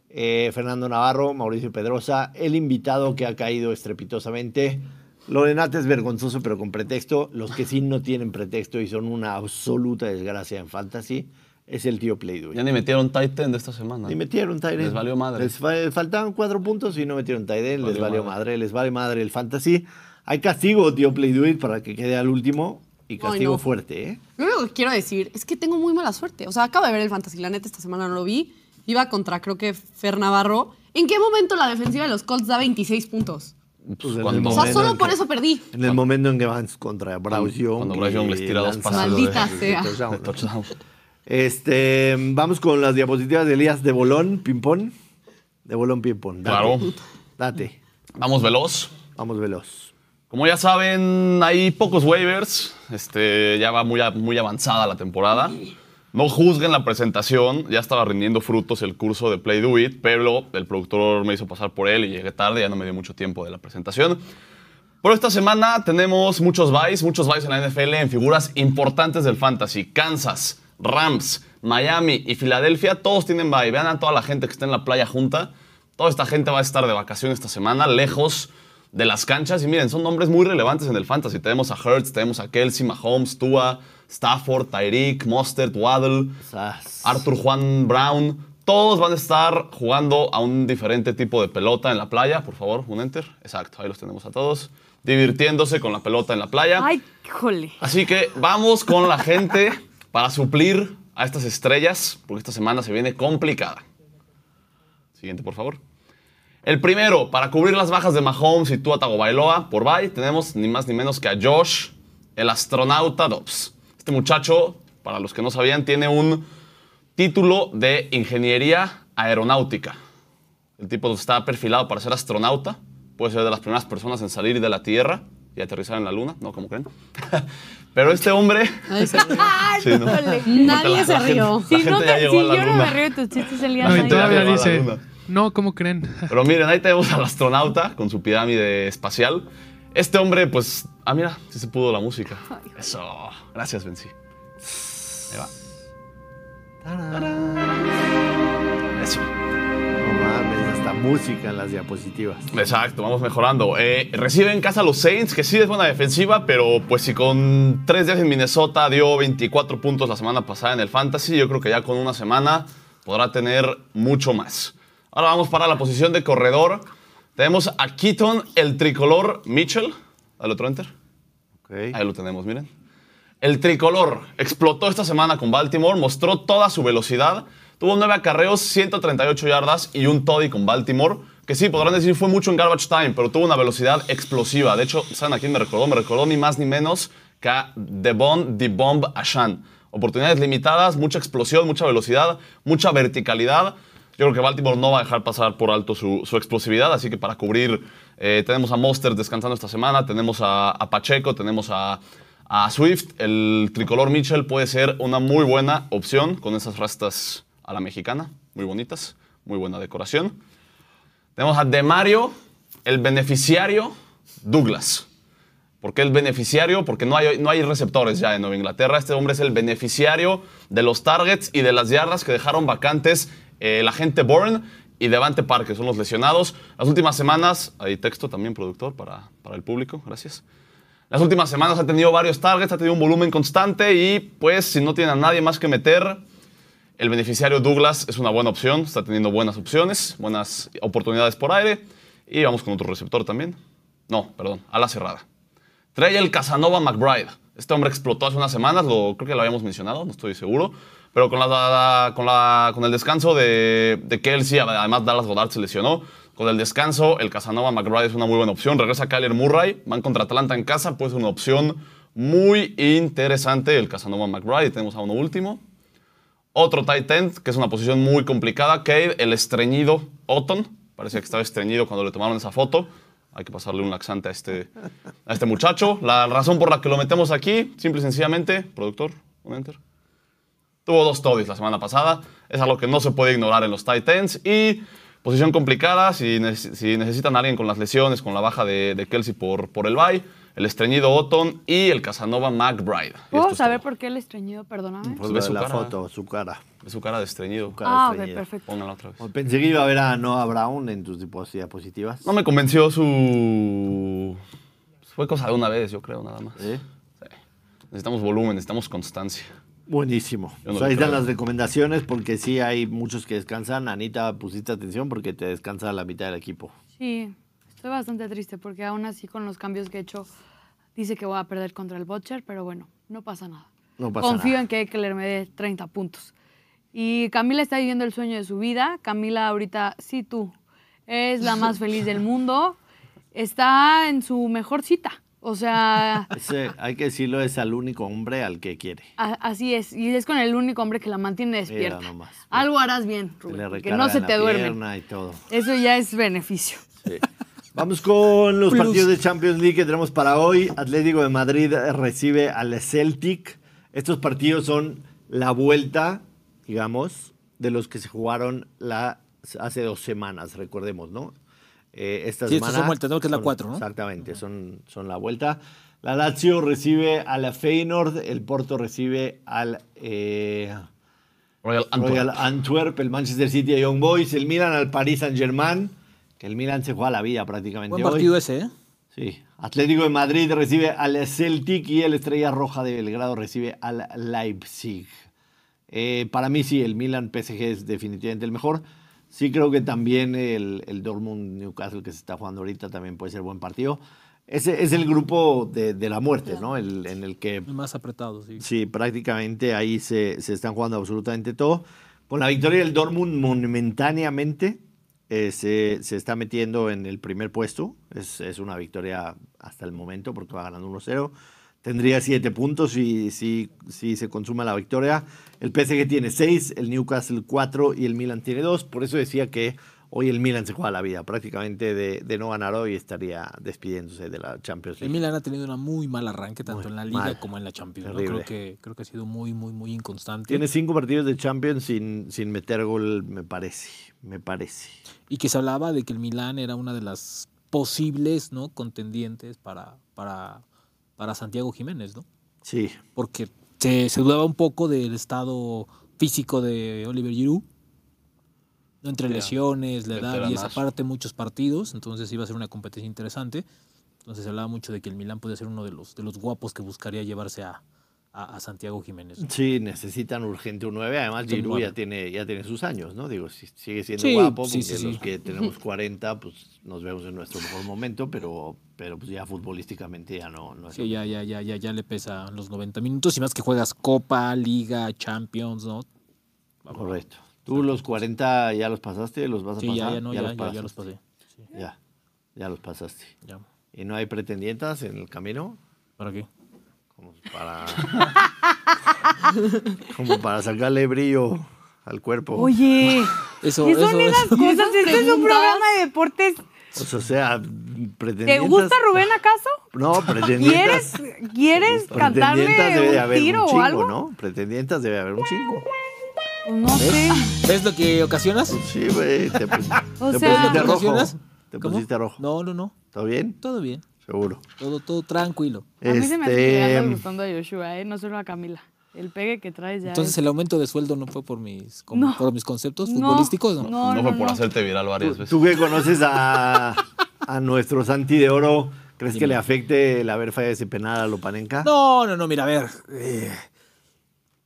Eh, Fernando Navarro, Mauricio Pedrosa, el invitado que ha caído estrepitosamente. Lorenate es vergonzoso pero con pretexto. Los que sí no tienen pretexto y son una absoluta desgracia en fantasy es el tío Playdoy.
Ya ni metieron Titan de esta semana.
Y metieron Tyden.
Les valió madre.
Les fa- faltaban cuatro puntos y no metieron Tyden. Les
Valió
valió madre.
madre.
Les vale madre el fantasy. Hay castigo, tío Play Do It, para que quede al último. Y castigo
no.
fuerte, ¿eh?
Lo único que quiero decir es que tengo muy mala suerte. O sea, acabo de ver el Fantasy, la neta, esta semana no lo vi. Iba contra, creo que, Fer Navarro. ¿en qué momento la defensiva de los Colts da 26 puntos?
Pues en el
cuando-
O sea,
momento
solo
en
por
que-
eso perdí.
En el momento en que van contra Bryce Young.
Cuando Bryce
y
Young les tira dos
lanza lo
pases.
de-
Maldita
de
sea.
touchdown,
De
¿no?
touchdown.
Este, vamos con las diapositivas de Elías de Bolón, Pimpón. De Bolón, Pimpón. Date.
Claro.
Date.
Vamos veloz.
Vamos veloz.
Como ya saben, hay pocos waivers. Este, ya va muy, a- muy avanzada la temporada. No juzguen la presentación. Ya estaba rindiendo frutos el curso de Play Do It, pero el productor me hizo pasar por él y llegué tarde. Ya no me dio mucho tiempo de la presentación. Pero esta semana tenemos muchos buys, muchos buys en la NFL en figuras importantes del fantasy. Kansas, Rams, Miami y Filadelfia, todos tienen buy. Vean a toda la gente que está en la playa junta. Toda esta gente va a estar de vacaciones esta semana, lejos de las canchas. Y miren, son nombres muy relevantes en el fantasy. Tenemos a Hurts, tenemos a Kelsey, Mahomes, Tua, Stafford, Tyreek, Mostert, Waddle.
Sas.
Arthur Juan Brown. Todos van a estar jugando a un diferente tipo de pelota en la playa. Por favor, un enter. Exacto, ahí los tenemos a todos. Divirtiéndose con la pelota en la playa.
Ay, jole.
Así que vamos con la gente para suplir a estas estrellas, porque esta semana se viene complicada. Siguiente, por favor. El primero, para cubrir las bajas de Mahomes y Tua Tagovailoa por bye, tenemos ni más ni menos que a Josh, el astronauta Dobbs. Este muchacho, para los que no sabían, tiene un título de ingeniería aeronáutica. El tipo está perfilado para ser astronauta. Puede ser de las primeras personas en salir de la Tierra y aterrizar en la Luna, no como creen. Pero este hombre.
Ay, se rió.
Ay,
Sí, ¿no?
jole.
Nadie
La
se
gente-
rió.
la
Si,
gente
no
ya
te,
llegó
si
a la
yo no
luna.
me río de tus chistes, Elías.
No, y
ahí.
Nadie
todavía
va a la
dice,
luna.
no, ¿cómo creen?
Pero miren, ahí tenemos al astronauta con su pirámide espacial. Este hombre, pues. Ah, mira, sí se pudo la música. Eso. Gracias, Benzi. Ahí va. Tarán. Eso.
No mames, hasta música en las diapositivas.
Exacto, vamos mejorando. Eh, recibe en casa a los Saints, que sí es buena defensiva, pero pues si con tres días en Minnesota dio 24 puntos la semana pasada en el Fantasy, yo creo que ya con una semana podrá tener mucho más. Ahora vamos para la posición de corredor. Tenemos a Keaton, el tricolor Mitchell. Al otro enter.
Ok.
Ahí lo tenemos, miren. El tricolor explotó esta semana con Baltimore, mostró toda su velocidad, tuvo 9 acarreos, 138 yardas y un toddy con Baltimore, que sí, podrán decir fue mucho en garbage time, pero tuvo una velocidad explosiva. De hecho, ¿saben a quién me recordó? Me recordó ni más ni menos que a Devon The Bomb Ashan. Oportunidades limitadas, mucha explosión, mucha velocidad, mucha verticalidad. Yo creo que Baltimore no va a dejar pasar por alto su, su explosividad, así que para cubrir eh, tenemos a Monster descansando esta semana, tenemos a, a Pacheco, tenemos a, a Swift. El tricolor Mitchell puede ser una muy buena opción con esas rastas a la mexicana, muy bonitas, muy buena decoración. Tenemos a De Mario, el beneficiario Douglas. ¿Por qué el beneficiario? Porque no hay, no hay receptores ya en Nueva Inglaterra. Este hombre es el beneficiario de los targets y de las yardas que dejaron vacantes eh, la gente Bourne y Devante Parker, son los lesionados. Las últimas semanas, hay texto también, productor, para, para el público, gracias. Las últimas semanas ha tenido varios targets, ha tenido un volumen constante y pues si no tiene a nadie más que meter, el beneficiario Douglas es una buena opción, está teniendo buenas opciones, buenas oportunidades por aire. Y vamos con otro receptor también. No, perdón, ala cerrada. Trae el Casanova McBride. Este hombre explotó hace unas semanas, lo, creo que lo habíamos mencionado, no estoy seguro. Pero con, la- la- con, la- con el descanso de, de Kelsey, además Dallas Goddard se lesionó. Con el descanso, el Casanova McBride es una muy buena opción. Regresa Kyler Murray, van contra Atlanta en casa, puede ser una opción muy interesante el Casanova McBride. Y tenemos a uno último. Otro tight end, que es una posición muy complicada. Cade, el estreñido Otton. Parecía que estaba estreñido cuando le tomaron esa foto. Hay que pasarle un laxante a este, a este muchacho. La razón por la que lo metemos aquí, simple y sencillamente, productor, un enter. Tuvo dos toddies la semana pasada. Es algo que no se puede ignorar en los Titans. Y posición complicada, si, ne- si necesitan a alguien con las lesiones, con la baja de, de Kelsey por, por el bye, el estreñido Otton y el Casanova McBride. Y esto
¿Puedo
es
saber
todo.
por qué el estreñido? Perdóname.
Pues
Lo
ve
de
su
la
cara.
foto, su cara. ¿eh?
Ve su cara de estreñido.
cara
Ah, ok,
estreñida.
perfecto.
Pónganla otra vez.
Pensé que iba a ver a Noah Brown en tus dipos- diapositivas.
No me convenció su... Fue cosa de una vez, yo creo, nada más.
¿Eh?
Necesitamos volumen, necesitamos constancia.
Buenísimo.
Yo no
O sea,
le
ahí están
creo.
las recomendaciones porque sí hay muchos que descansan. Anita, pusiste atención porque te descansa la mitad del equipo.
Sí, estoy bastante triste porque aún así con los cambios que he hecho dice que voy a perder contra el Butcher, pero bueno, no pasa nada.
No pasa
Confío
nada.
en que Eckler me dé 30 puntos. Y Camila está viviendo el sueño de su vida. Camila ahorita, sí tú, es la más feliz del mundo. Está en su mejor cita. O sea,
Ese, hay que decirlo, es al único hombre al que quiere.
a- así es. Y es con el único hombre que la mantiene despierta.
nomás.
Algo harás bien,
Se
Rubén,
le
porque
recarga
no se
la
te duerme.
pierna y todo.
Eso ya es beneficio.
Sí. Vamos con los
Plus.
partidos de Champions League que tenemos para hoy. Atlético de Madrid recibe al Celtic. Estos partidos son la vuelta, digamos, de los que se jugaron la, hace dos semanas, recordemos, ¿no? Eh, esta
Sí, estos
semana
son vueltas, ¿no? Que es la
son-
cuatro, ¿no?
Exactamente, son, son la vuelta. La Lazio recibe a la Feyenoord, el Porto recibe al... eh,
Royal Antwerp.
Royal Antwerp, el Manchester City a Young Boys, el Milan al Paris Saint Germain, que el Milan se juega la vida prácticamente
Buen
hoy.
partido ese, ¿eh?
Sí. Atlético de Madrid recibe al Celtic y el Estrella Roja de Belgrado recibe al Leipzig. Eh, para mí sí, el Milan PSG es definitivamente el mejor. Sí creo que también el, el Dortmund Newcastle que se está jugando ahorita también puede ser buen partido. Ese es el grupo de, de la muerte, ¿no? El- en el que
El más apretado, sí.
Sí, prácticamente ahí se, se están jugando absolutamente todo. Con la victoria del Dortmund momentáneamente eh, se, se está metiendo en el primer puesto. Es, es una victoria hasta el momento porque va ganando 1-0. Tendría 7 puntos si, si, si se consuma la victoria. El PSG tiene 6, el Newcastle 4 y el Milan tiene 2. Por eso decía que hoy el Milan se juega la vida. Prácticamente de, de no ganar hoy estaría despidiéndose de la Champions
El
League.
Milan ha tenido una muy mal arranque, tanto en la liga
mal.
como en la Champions. ¿no?
Terrible.
Creo, que, creo que ha sido muy, muy, muy inconstante.
Tiene cinco partidos de Champions sin, sin meter gol, me parece. Me parece.
Y que se hablaba de que el Milan era una de las posibles ¿no? contendientes para, para, para Santiago Jiménez, ¿no?
Sí.
Porque se, se dudaba un poco del estado físico de Oliver Giroud. ¿no? Entre
Ya.
lesiones, la edad y esa
Veteranazo.
parte, muchos partidos. Entonces iba a ser una competencia interesante. Entonces se hablaba mucho de que el Milan podía ser uno de los, de los guapos que buscaría llevarse a, a- a Santiago Jiménez. ¿no?
Sí, necesitan urgente un 9. Además,
Necesitan
Giroud
un
ya
nueve.
tiene, ya tiene sus años, ¿no? Digo, si- sigue siendo
Sí,
guapo,
sí,
porque
sí, sí.
los que tenemos 40, pues nos vemos en nuestro mejor momento, pero, pero pues ya futbolísticamente ya no, no es
Sí, ya, ya, ya, ya, ya le pesan los 90 minutos y más que juegas Copa, Liga, Champions, ¿no?
correcto. ¿Tú los 40 ya los pasaste? ¿Los vas a
Sí,
pasar?
ya, ya, no, ya, ya, ya los
pasaste.
pasé. Sí,
Ya, ya los pasaste.
ya.
¿Y no hay pretendientas en el camino?
¿Para qué?
Como para. como para sacarle brillo al cuerpo.
Oye,
Eso,
¿qué son
eso,
esas
eso.
cosas? Este es un
preguntas?
programa de deportes.
Pues, o sea, pretendientas.
¿Te gusta Rubén acaso?
No,
¿Quieres,
pretendientas.
quieres cantarle
pretendientas debe de
un
haber
tiro
un
o
chingo,
algo? No,
¿no? Pretendientas debe haber un chingo.
sé.
¿Ves lo que ocasionas?
Sí, güey. Te, pus-
O
te
sea-
pusiste rojo.
¿Ocasionas?
Te
¿Cómo?
pusiste rojo.
No, no, no.
¿Todo bien?
Todo bien.
Seguro.
Todo, todo tranquilo.
A mí se me hace que le andas
Este,
gustando a Joshua, ¿eh? no solo a Camila. El pegue que traes ya.
Entonces,
es-
el aumento de sueldo no fue por mis, con-
No.
por mis conceptos
No,
futbolísticos, ¿no?
no
No, no,
fue por
no.
hacerte viral varias veces.
Tú que conoces a, a nuestro Santi de Oro, ¿crees que le afecte el haber fallado ese penal a Lopanenka?
No, no, no, mira, a ver. eh,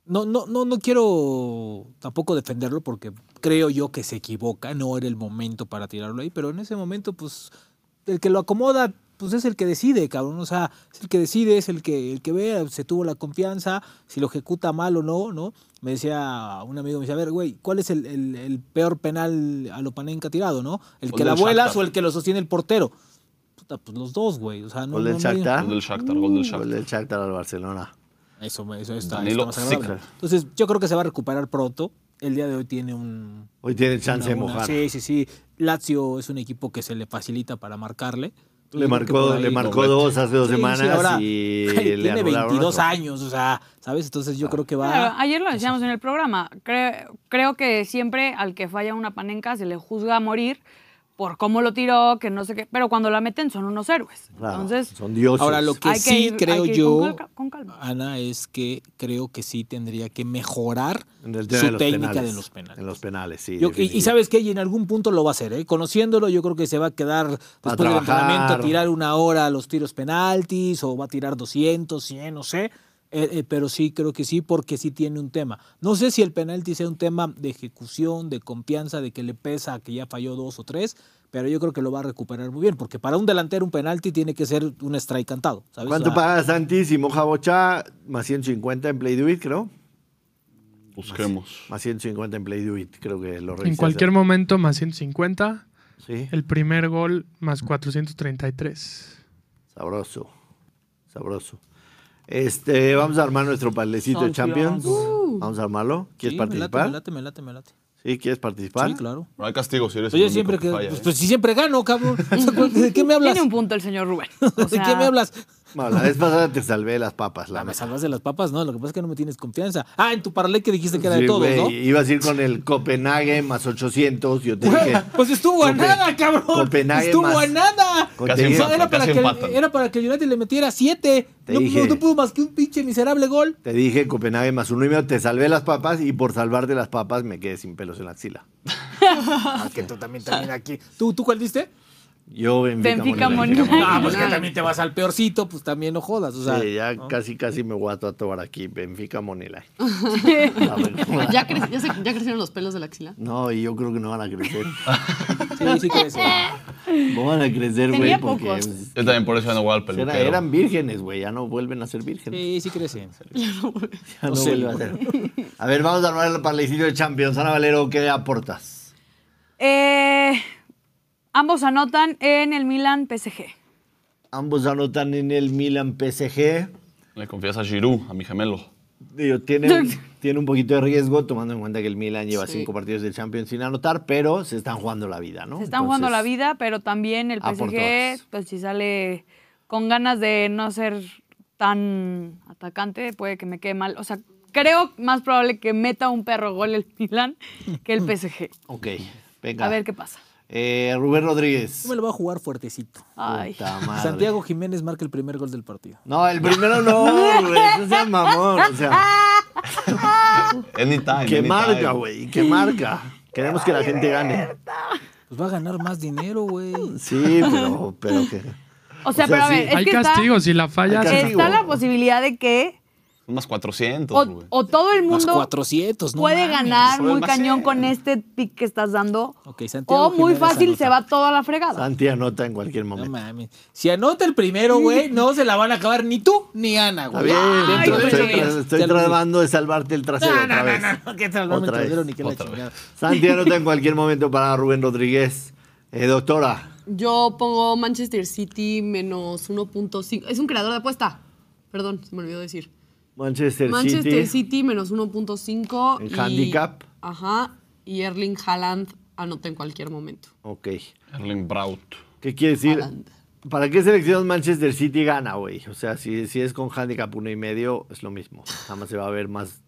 no, no, no, no quiero tampoco defenderlo porque creo yo que se equivoca, no era el momento para tirarlo ahí, pero en ese momento, pues, el que lo acomoda, pues es el que decide, cabrón. O sea, es el que decide, es el que, el que ve, se tuvo la confianza, si lo ejecuta mal o no, ¿no? Me decía un amigo, me decía, a ver, güey, ¿cuál es el, el- el peor penal a Lopanenka tirado, no? ¿El
Gol
que la
del
vuelas
Shakhtar.
o el que lo sostiene el portero? Puta, pues los dos, güey. O sea, no,
Gol del
no, no hay-
Shakhtar.
Gol del Shakhtar, gol del
Gol
Shakhtar.
del Shakhtar al Barcelona.
Eso, me- eso está,
Danilo
está más agradable.
Ziegler.
Entonces, yo creo que se va a recuperar pronto. El día de hoy tiene un...
Hoy tiene chance
una-
de
una-
mojar.
sí, sí, sí. Lazio es un equipo que se le facilita para marcarle.
Le marcó,
por ahí,
le marcó
correcto.
dos hace dos
Sí, sí,
semanas
ahora,
y
tiene
le anularon
22
otro. Ah.
años, o sea, ¿sabes? Entonces yo creo que va.
Claro, ayer lo decíamos en el programa. Creo, creo que siempre al que falla una panenca se le juzga a morir por cómo lo tiró, que no sé qué. Pero cuando la meten son unos héroes.
Claro,
Entonces,
son dioses.
Ahora, lo que
Hay que
sí
ir- hay
creo
que ir
yo,
con cal- con calma.
Ana, es que creo que sí tendría que mejorar
En el tema de
su
los
técnica
penales.
de los penales.
En los penales, sí.
Yo- y- y,
definitivo.
sabes que en algún punto lo va a hacer, ¿eh? conociéndolo, yo creo que se va a quedar después del
trabajar.
entrenamiento a tirar una hora los tiros penaltis o va a tirar 200, 100, no sé. Eh, eh, pero sí, creo que sí, porque sí tiene un tema. No sé si el penalti sea un tema de ejecución, de confianza, de que le pesa que ya falló dos o tres, pero yo creo que lo va a recuperar muy bien, porque para un delantero un penalti tiene que ser un strike cantado. ¿sabes?
¿Cuánto
O sea,
pagas Santi si moja bocha? Más 150 en Play Do It, creo.
Busquemos.
Más 150 en Play Do It, creo que lo revisé
En cualquier
hace-
momento, más 150.
Sí,
El primer gol, más 433.
sabroso. Sabroso. Este, vamos a armar nuestro palecito de Champions. Vamos a armarlo. ¿Quieres
Uh. sí, me late,
participar?
Me late, me late, me late.
Sí, ¿quieres participar?
Sí, claro.
No hay castigo si eres
Pues yo
el único
siempre que,
falla,
pues,
¿eh?
pues, si siempre gano, cabrón. O sea, ¿cu- ¿De qué me hablas?
tiene un punto el señor Rubén. O
¿De
sea,
qué me hablas?
Bueno, la vez pasada te salvé las papas, la
Ah, me
neta.
salvas de las papas, no, lo que pasa es que no me tienes confianza. Ah, en tu parlé que dijiste que era
Sí,
de todos,
güey,
¿no?
Ibas a ir con el Copenhague más 800, yo te dije.
Pues estuvo a
Cope-
nada, cabrón.
Copenhague
estuvo
más.
a nada.
Casi
O sea,
empatan,
era, para
casi
que,
empatan.
era para que el United le metiera siete.
Te
No,
dije.
no, no pudo más que un pinche miserable gol.
Te dije Copenhague más uno y medio, te salvé las papas y por salvarte las papas me quedé sin pelos en la axila.
Ah, que tú también también aquí. ¿Tú, tú cuál diste?
Yo Benfica,
Benfica
Monterrey.
Monterrey.
Ah, pues que también te vas al peorcito, pues también no jodas. O sea,
Sí, ya casi casi me voy a tatuar aquí, Benfica Monila.
Ya, cre- ya se- ya crecieron los pelos de la axila.
No, y yo creo que no van a crecer.
sí, sí que es, eh.
No van a crecer, güey,
Tenía
porque
pocos.
pues,
Yo también por eso ya no voy al
era-
peluquero.
eran vírgenes, güey, ya no vuelven a ser vírgenes.
Sí, sí crecen.
Ya no
No sé,
vuelven a ser. A ver, vamos a armar el parlecillo de Champions. Ana Valero, ¿qué aportas?
eh, ambos anotan en el Milan PSG.
Ambos anotan en el Milan PSG.
Le confías a Giroud, a mi gemelo.
Digo, tiene, tiene un poquito de riesgo, tomando en cuenta que el Milan lleva cinco partidos de Champions sin anotar, pero se están jugando la vida, ¿no?
Se están jugando la
Oh, Entonces,
vida, pero también el
a por todas.
PSG, pues si sale con ganas de no ser tan atacante, puede que me quede mal. O sea, creo más probable que meta un perro gol el Milan que el PSG.
Ok, venga.
A ver qué pasa.
Eh, Rubén Rodríguez.
Yo me lo voy a jugar fuertecito.
Ay.
Puta madre.
Santiago Jiménez marca el primer gol del partido.
No, el primero no, güey. No seas mamón. O sea,
Anytime.
que
anytime.
marca, güey. Que marca. Queremos que la gente gane.
Pues va a ganar más dinero, güey.
Sí, pero, pero que.
O sea,
sea,
pero a
sí.
ver, es
Hay
que está-
castigo, si la
Hay
fallas.
castigo.
está la posibilidad de que
Son más 400,
o,
güey.
o todo el
Más
mundo
400, pues ¿no?
puede
mames.
ganar
Joder,
muy
va a
cañón
ser.
con este pick que estás dando.
Ok, Santiago
o muy
Jiménez
fácil se
anota.
va toda la fregada.
Santi anota en cualquier
No
momento.
mames. Si anota el primero, güey, no se la van a acabar ni tú ni Ana,
Está
güey.
bien,
Ay,
entonces
güey.
estoy, tra- estoy
Ya lo dije.
tratando de salvarte el trasero
No,
otra
no,
vez.
no, no, que salvarme el
Otra vez,
trasero ni que la
otra vez.
chingada.
Santi anota en cualquier momento para Rubén Rodríguez. Eh, doctora,
Yo pongo Manchester City menos 1.5. Es un creador de apuesta. Perdón, se me olvidó decir.
Manchester, City.
Manchester City menos 1.5.
En
y-
handicap.
Ajá. Y Erling Haaland anota en cualquier momento.
Ok.
Erling Braut.
¿Qué quiere decir?
Haaland.
¿Para qué seleccionas Manchester City gana, güey? O sea, si, si es con handicap uno y medio, es lo mismo. Nada más se va a ver más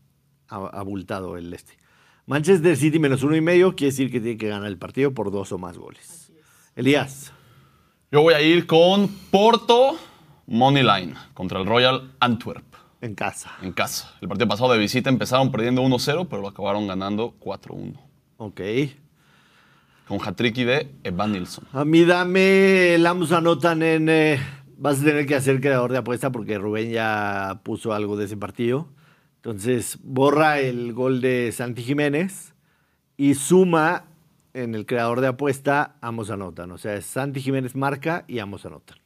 a- abultado el este. Manchester City menos uno y medio quiere decir que tiene que ganar el partido por dos o más goles. Elías,
Yo voy a ir con Porto Moneyline contra el Royal Antwerp
en casa.
en casa. El partido pasado de visita empezaron perdiendo 1-0, pero lo acabaron ganando 4-1.
Ok.
Con hat-trick de Evan Nilsson.
A mí dame, Lamos anotan en... eh, vas a tener que hacer creador de apuesta porque Rubén ya puso algo de ese partido. Entonces, borra el gol de Santi Jiménez y suma en el creador de apuesta, ambos anotan. O sea, Santi Jiménez marca y ambos anotan.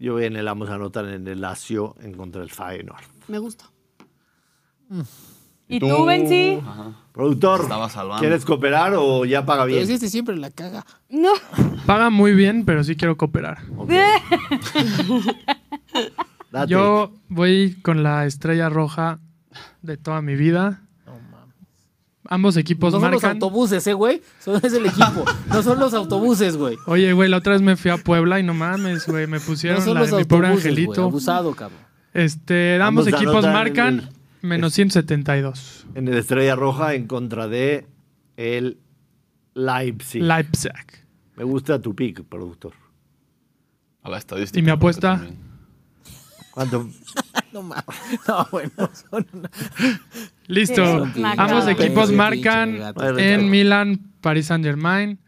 Yo voy en el ambos anotan en el Lazio en contra del Feyenoord.
Me gusta.
Y tú, Benzi,
Ajá.
Productor,
Estaba salvando.
¿quieres cooperar o ya paga
Pero
bien?
si este siempre la caga.
no.
Paga muy bien, pero sí quiero cooperar.
Ok. Date.
Yo voy con la estrella roja de toda mi vida. Ambos equipos
No son los
Pues marcan.
autobuses, ¿eh, güey? Son, es el equipo. No son los autobuses, güey.
Oye, güey, la otra vez me fui a Puebla y no mames, güey. Me pusieron
No son
la
los
de mi pobre
autobuses, güey.
angelito.
Abusado, cabrón.
Este,
Ambos
ambos, equipos
anotan
marcan
en el-
menos 172.
En el Estrella Roja en contra de el Leipzig.
Leipzig.
Me gusta tu pick, productor.
A la estadística.
¿Y mi
porque
apuesta?
también.
¿Cuánto?
No mames. No, bueno. Son una-
Listo.
Qué naca.
Ambos
Pero
equipos
pinche
marcan
gato.
Bueno,
en
Ricardo.
Milan, Paris Saint Germain.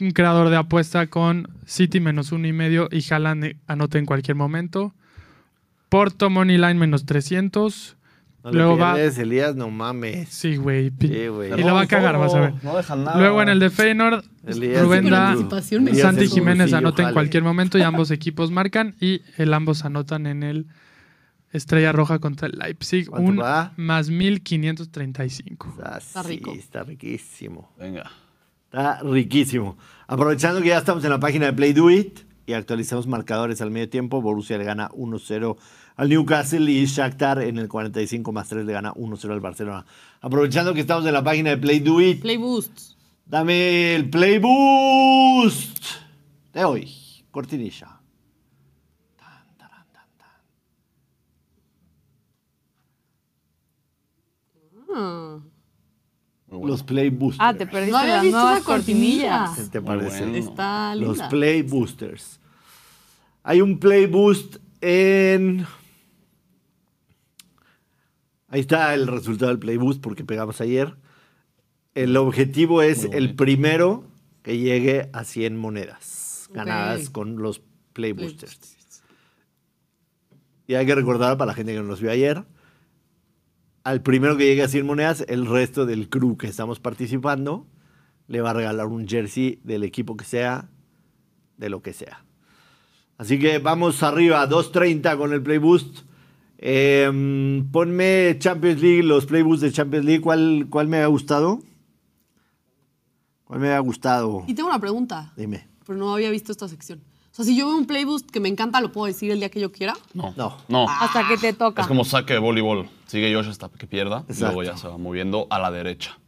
Un creador de apuesta con City menos uno y medio y Haaland eh, anota en cualquier momento. Porto Money Line menos 300.
No
Luego
le
va-
pierdes, Elías, no mames.
Sí, güey. pi-
Sí, güey.
Y la va a cagar, vas a ver.
No dejan nada.
Luego en el de Feyenoord,
Elías
Rubén
en
da
su-
participación,
Elías en
Santi
su
Jiménez
bolsillo,
anota en
jale.
cualquier momento y ambos equipos marcan y el ambos anotan en el Estrella Roja contra el Leipzig.
¿Cuánto
Un
va?
más 1535.
Ah,
Está
sí,
rico.
Está riquísimo.
Venga.
Está riquísimo. Aprovechando que ya estamos en la página de Play Do It y actualizamos marcadores al medio tiempo, Borussia le gana 1-0 al Newcastle y Shakhtar en el 45 más 3 le gana 1-0 al Barcelona. Aprovechando que estamos en la página de Play Do It,
Play Boosts.
dame el Play Boost de hoy. Cortinilla. Tan, taran, tan, tan.
Ah.
Los Play Boosters.
Mm. Ah, te perdiste
No había
las
visto
nuevas
esa cortinilla.
cortinillas.
¿Qué te parece?
bueno.
Está
Los
linda.
Play Boosters. Hay un Play Boost en. Ahí está el resultado del Play Boost porque pegamos ayer. El objetivo es
Muy
el
bonito.
primero que llegue a 100 monedas ganadas
Ok.
con los Play
Play
Boosters. Y hay que recordar para la gente que nos vio ayer, al primero que llegue a 100 monedas, el resto del crew que estamos participando le va a regalar un jersey del equipo que sea, de lo que sea. Así que vamos arriba, 2.30 con el Playboost. Eh, ponme Champions League, los Playboosts de Champions League. ¿Cuál, ¿Cuál me ha gustado? ¿Cuál me ha gustado?
Y tengo una pregunta,
Dime.
pero no había visto esta sección. O sea, si yo veo un Play Boost que me encanta, lo puedo decir el día que yo quiera.
No.
No.
No.
Hasta que te toca.
Es como saque de voleibol. Sigue Josh hasta que pierda. y
Exacto.
Luego ya se va moviendo a la derecha.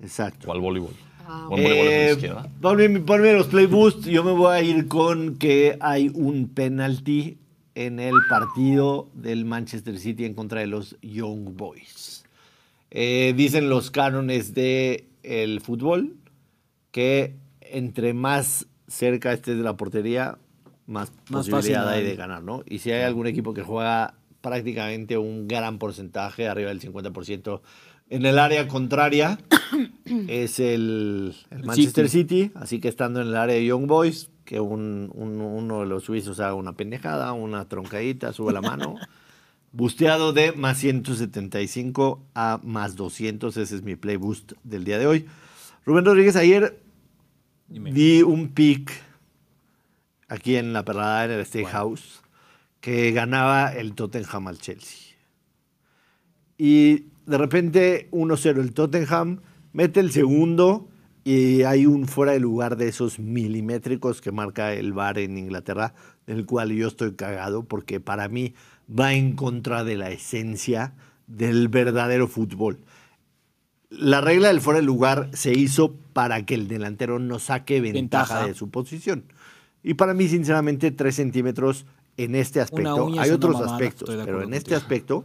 Exacto.
¿Cuál voleibol?
Ah.
¿Cuál voleibol es
Eh,
la izquierda?
ponme, ponme los play boost. Yo me voy a ir con que hay un penalti en el partido del Manchester City en contra de los Young Boys. Eh, dicen los cánones del el fútbol que entre más cerca estés de la portería, más,
Más
posibilidad
fácil,
hay
¿no?
de ganar, ¿no? Y si hay algún equipo que juega prácticamente un gran porcentaje, arriba del 50%, en el área contraria, es el, el Manchester City. así que estando en el área de Young Boys, que un- un- uno de los suizos haga una pendejada, una troncadita, sube la mano. Busteado de más 175 a más 200. Ese es mi play boost del día de hoy. Rubén Rodríguez, ayer di un pick aquí en la perrada, en el State House, que ganaba el Tottenham al Chelsea. Y de repente 1-0 el Tottenham, mete el segundo y hay un fuera de lugar de esos milimétricos que marca el VAR en Inglaterra, del cual yo estoy cagado porque para mí va en contra de la esencia del verdadero fútbol. La regla del fuera de lugar se hizo para que el delantero no saque ventaja,
Ventaja.
de su posición. Y para mí, sinceramente, tres centímetros en este aspecto.
uña es
Hay
una
otros
mamada,
aspectos,
estoy de
pero
acuerdo
en este
contigo.
aspecto,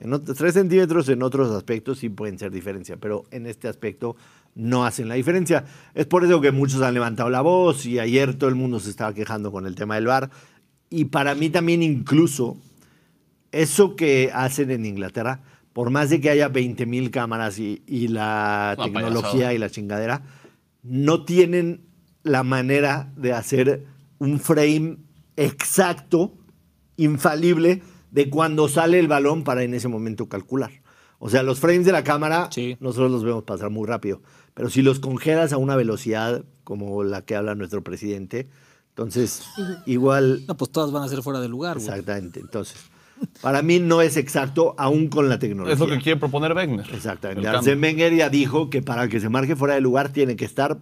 en ot- tres centímetros en otros aspectos sí pueden ser diferencia, pero en este aspecto no hacen la diferencia. Es por eso que muchos han levantado la voz y ayer todo el mundo se estaba quejando con el tema del VAR. Y para mí también incluso eso que hacen en Inglaterra, por más de que haya 20.000 cámaras y, y la
Una
tecnología
payasada.
y la chingadera, no tienen la manera de hacer un frame exacto, infalible, de cuando sale el balón para en ese momento calcular. O sea, los frames de la cámara
Sí.
nosotros los vemos pasar muy rápido, pero si los congelas a una velocidad como la que habla nuestro presidente, entonces igual
No, pues todas van a ser fuera de lugar, güey.
Exactamente. Entonces, para mí no es exacto, aún con la tecnología.
Es lo que quiere proponer Wegner.
Exactamente.
El
Arsène
cambio.
Wenger ya dijo que para que se marque fuera de lugar tiene que estar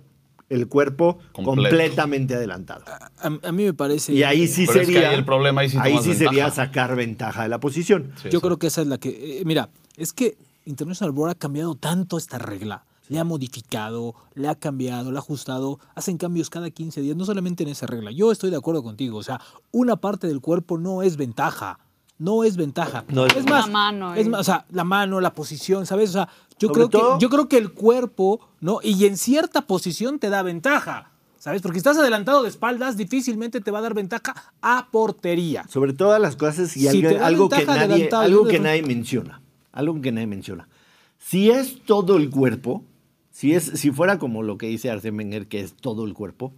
el cuerpo
Completo.
completamente adelantado.
A, a mí me parece.
Y ahí sí
Pero es que
sería.
ahí el problema, ahí sí tomas
sería
ventaja.
sacar ventaja de la posición.
Sí,
yo
sí.
creo que esa es la que. eh, mira, es que International Board ha cambiado tanto esta regla. Le ha modificado, le ha cambiado, le ha ajustado. Hacen cambios cada 15 días, no solamente en esa regla. Yo estoy de acuerdo contigo. O sea, una parte del cuerpo no es ventaja. No es ventaja.
No es
es más,
La mano,
es
eh.
más, o sea, la mano, la posición, ¿sabes? O sea, yo
Sobre
creo,
todo-
que, yo creo que el cuerpo, ¿no? Y en cierta posición te da ventaja, ¿sabes? Porque si estás adelantado de espaldas, difícilmente te va a dar ventaja a portería.
Sobre todas las cosas y
Si
algo,
te da
algo que,
ventaja
nadie,
adelantado,
algo
yo
que
de-
nadie menciona. Algo que nadie menciona. Si es todo el cuerpo, si, es, si fuera como lo que dice Arsène Wenger, que es todo el cuerpo,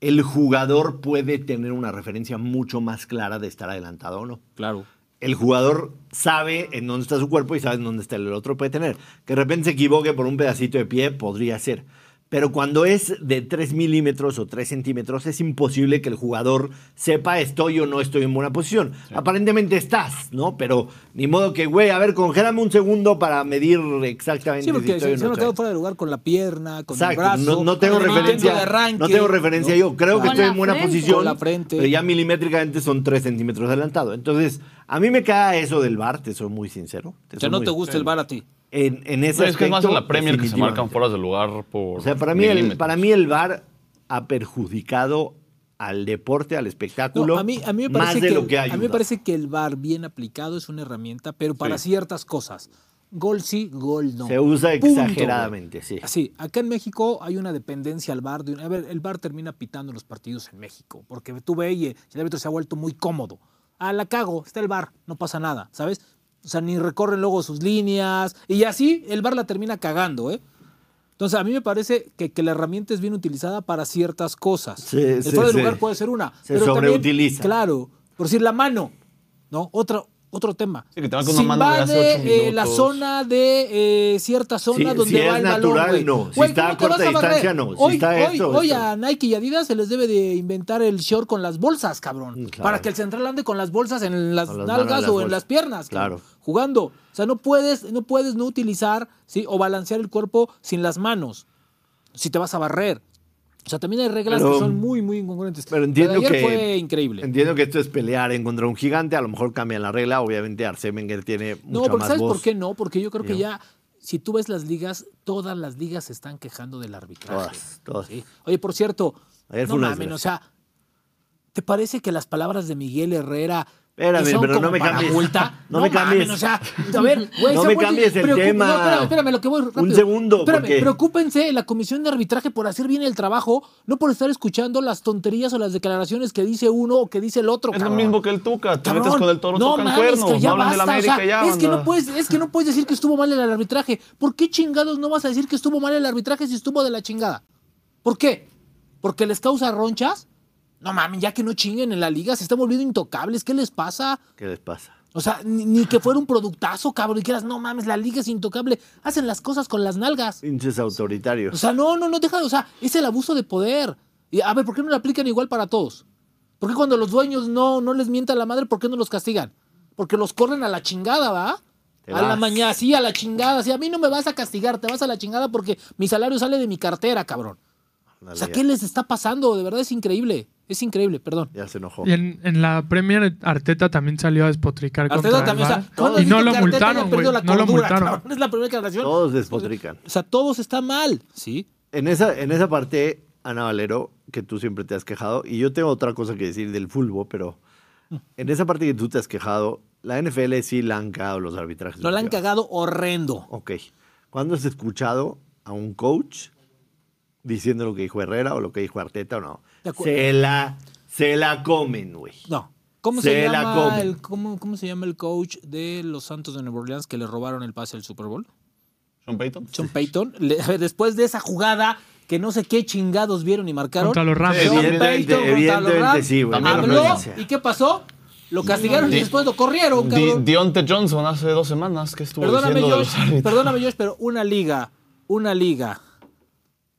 el jugador puede tener una referencia mucho más clara de estar adelantado o no.
Claro.
El jugador sabe en dónde está su cuerpo y sabe en dónde está el otro. Puede tener. Que de repente se equivoque por un pedacito de pie, podría ser. Pero cuando es de 3 milímetros o 3 centímetros, es imposible que el jugador sepa estoy o no estoy en buena posición. Aparentemente estás, ¿no? Pero ni modo que, güey, a ver, congélame un segundo para medir exactamente
Sí,
si
porque
estoy o
se, se
no
han
estoy.
notado fuera de lugar con la pierna, con
Exacto,
el brazo.
no, no tengo
con el
referencia.
intento de arranque,
no tengo referencia
¿no?
yo. Creo que
Con
estoy
la
en buena
frente.
posición.
Con la frente.
Pero ya milimétricamente son 3 centímetros adelantado. Entonces, a mí me cae eso del bar, te soy muy sincero.
O
soy
sea, no
muy-
te gusta el bar a ti.
En, en ese
No, es que es más en la
aspecto,
Premier que se marcan
definitivamente.
fuera de lugar por.
O sea, para mí, el,
milímetros.
para mí el bar ha perjudicado al deporte, al espectáculo.
No, a mí, a mí me parece
más de
que,
lo que
a mí me
ayuda.
parece que el VAR bien aplicado es una herramienta, pero para ciertas cosas. Gol sí, gol no.
Se usa
Punto, güey.
exageradamente, sí.
Así, acá en México hay una dependencia al VAR. De una- a ver, el VAR termina pitando los partidos en México, porque tú ve y el árbitro se ha vuelto muy cómodo. Ah, la cago, está el VAR, no pasa nada, ¿sabes? O sea, ni recorren luego sus líneas. Y así el VAR la termina cagando, ¿eh? Entonces, a mí me parece que, que la herramienta es bien utilizada para ciertas cosas.
Sí,
el
sí,
fuera de
sí.
lugar puede ser una.
Se
pero también,
sobreutiliza.
claro, por decir la mano, ¿no? Otro, otro tema.
Sí, que te va con una mano
va
de hace ocho
de, eh, la
minutos.
zona de eh, cierta zona
Sí,
donde
si
va
es
el balón,
natural,
güey.
no. Si
Güey,
está
¿cómo
a
te
corta
vas barrer?
distancia, no. Si
hoy,
está
hoy-
esto,
hoy
esto.
a Nike y Adidas se les debe de inventar el short con las bolsas, cabrón.
Mm, claro.
Para que el central ande con las bolsas en las,
Con las manos en
nalgas
las
o en
bolsas.
las piernas.
Claro.
Jugando. O sea, no puedes, no puedes no utilizar ¿sí? o balancear el cuerpo sin las manos. Si te vas a barrer. O sea, también hay reglas
Pero-
que son muy, muy incongruentes.
Pero entiendo
La de ayer
que.
fue increíble.
Entiendo que esto es pelear en contra de un gigante. A lo mejor cambian la regla. Obviamente, Arsène Wenger tiene mucha
No, porque
más
¿sabes
voz.
por qué no? Porque yo creo que
Yo.
ya, si tú ves las ligas, todas las ligas se están quejando del arbitraje.
Todas, todas.
Sí. Oye, por cierto,
Ayer
no
fue una
mamen, o
desgracia.
sea, ¿te parece que las palabras de Miguel Herrera
Espérame,
que son
pero no
como
me
para
cambies.
multa?
No me cambies.
mamen, o sea, a ver, güey,
No
se
me
ha vuelto
cambies el
preocup-
tema.
No, espérame, espérame, lo que voy
Un
rápido.
segundo,
Espérame,
porque-
preocúpense en la comisión de arbitraje por hacer bien el trabajo, no por estar escuchando las tonterías o las declaraciones que dice uno o que dice el otro.
Es lo
cabrón.
mismo que el Tuca. Te metes
Cabrón,
con el toro,
no
tocan
mames,
cuernos.
que ya
no hablan de la
basta, o sea,
América y ya.
es que no
banda.
puedes, es que no puedes decir que estuvo mal el arbitraje. ¿Por qué chingados no vas a decir que estuvo mal el arbitraje si estuvo de la chingada? ¿Por qué? ¿Porque les causa ronchas? No mames, ya que no chinguen en la liga, se están volviendo intocables, ¿qué les pasa?
¿Qué les pasa?
O sea, ni, ni que fuera un productazo, cabrón, y quieras, no mames, la liga es intocable. Hacen las cosas con las nalgas.
Pinches autoritarios.
O sea, no, no, no, deja, o sea, es el abuso de poder. Y, a ver, ¿por qué no lo aplican igual para todos? ¿Por qué cuando los dueños no, no les mienta la madre, por qué no los castigan? Porque los corren a la chingada, ¿va?
Te
a la
vas.
mañana, sí, a la chingada. Sí, a mí no me vas a castigar, te vas a la chingada porque mi salario sale de mi cartera, cabrón.
Dale,
o sea,
ya.
¿qué les está pasando? De verdad es increíble. Es increíble, perdón.
Ya se enojó.
Y en, en la Premier Arteta también salió a despotricar
Arteta
contra
también, o
el
sea,
VAR.
¿cuándo
y
has
no
visto
lo
que Arteta haya
multaron, güey.
perdido la
No lo
cordura,
multaron.
cabrón? Es la primera generación.
Todos despotrican.
O sea, todos está mal, ¿sí?
En esa, en esa parte, Ana Valero, que tú siempre te has quejado, y yo tengo otra cosa que decir del fútbol, pero
Mm.
en esa parte que tú te has quejado, la NFL sí la han cagado los arbitrajes.
Lo la han cagado horrendo.
Ok. ¿Cuándo has escuchado a un coach diciendo lo que dijo Herrera o lo que dijo Arteta o no?
De acu-
Se la, se la comen, güey.
No. ¿Cómo
Se
se,
la
llama
come.
el, cómo, cómo se llama el coach de los Santos de Nueva Orleans que le robaron el pase al Super Bowl?
Sean Payton.
Sean Payton. Le- a ver, después de esa jugada que no sé qué chingados vieron y marcaron.
Contra los Rams.
Sí,
Sean
Evidentemente,
Payton contra
evidentemente
los Rams.
sí, güey.
También lo
Habló
influencia.
y ¿qué pasó? Lo castigaron y
Di-
después lo corrieron,
Di-
cabrón.
Deontay Johnson hace dos semanas que estuvo
Perdóname,
diciendo de los
Josh.
árbitros.
Perdóname, Josh, pero una liga, una liga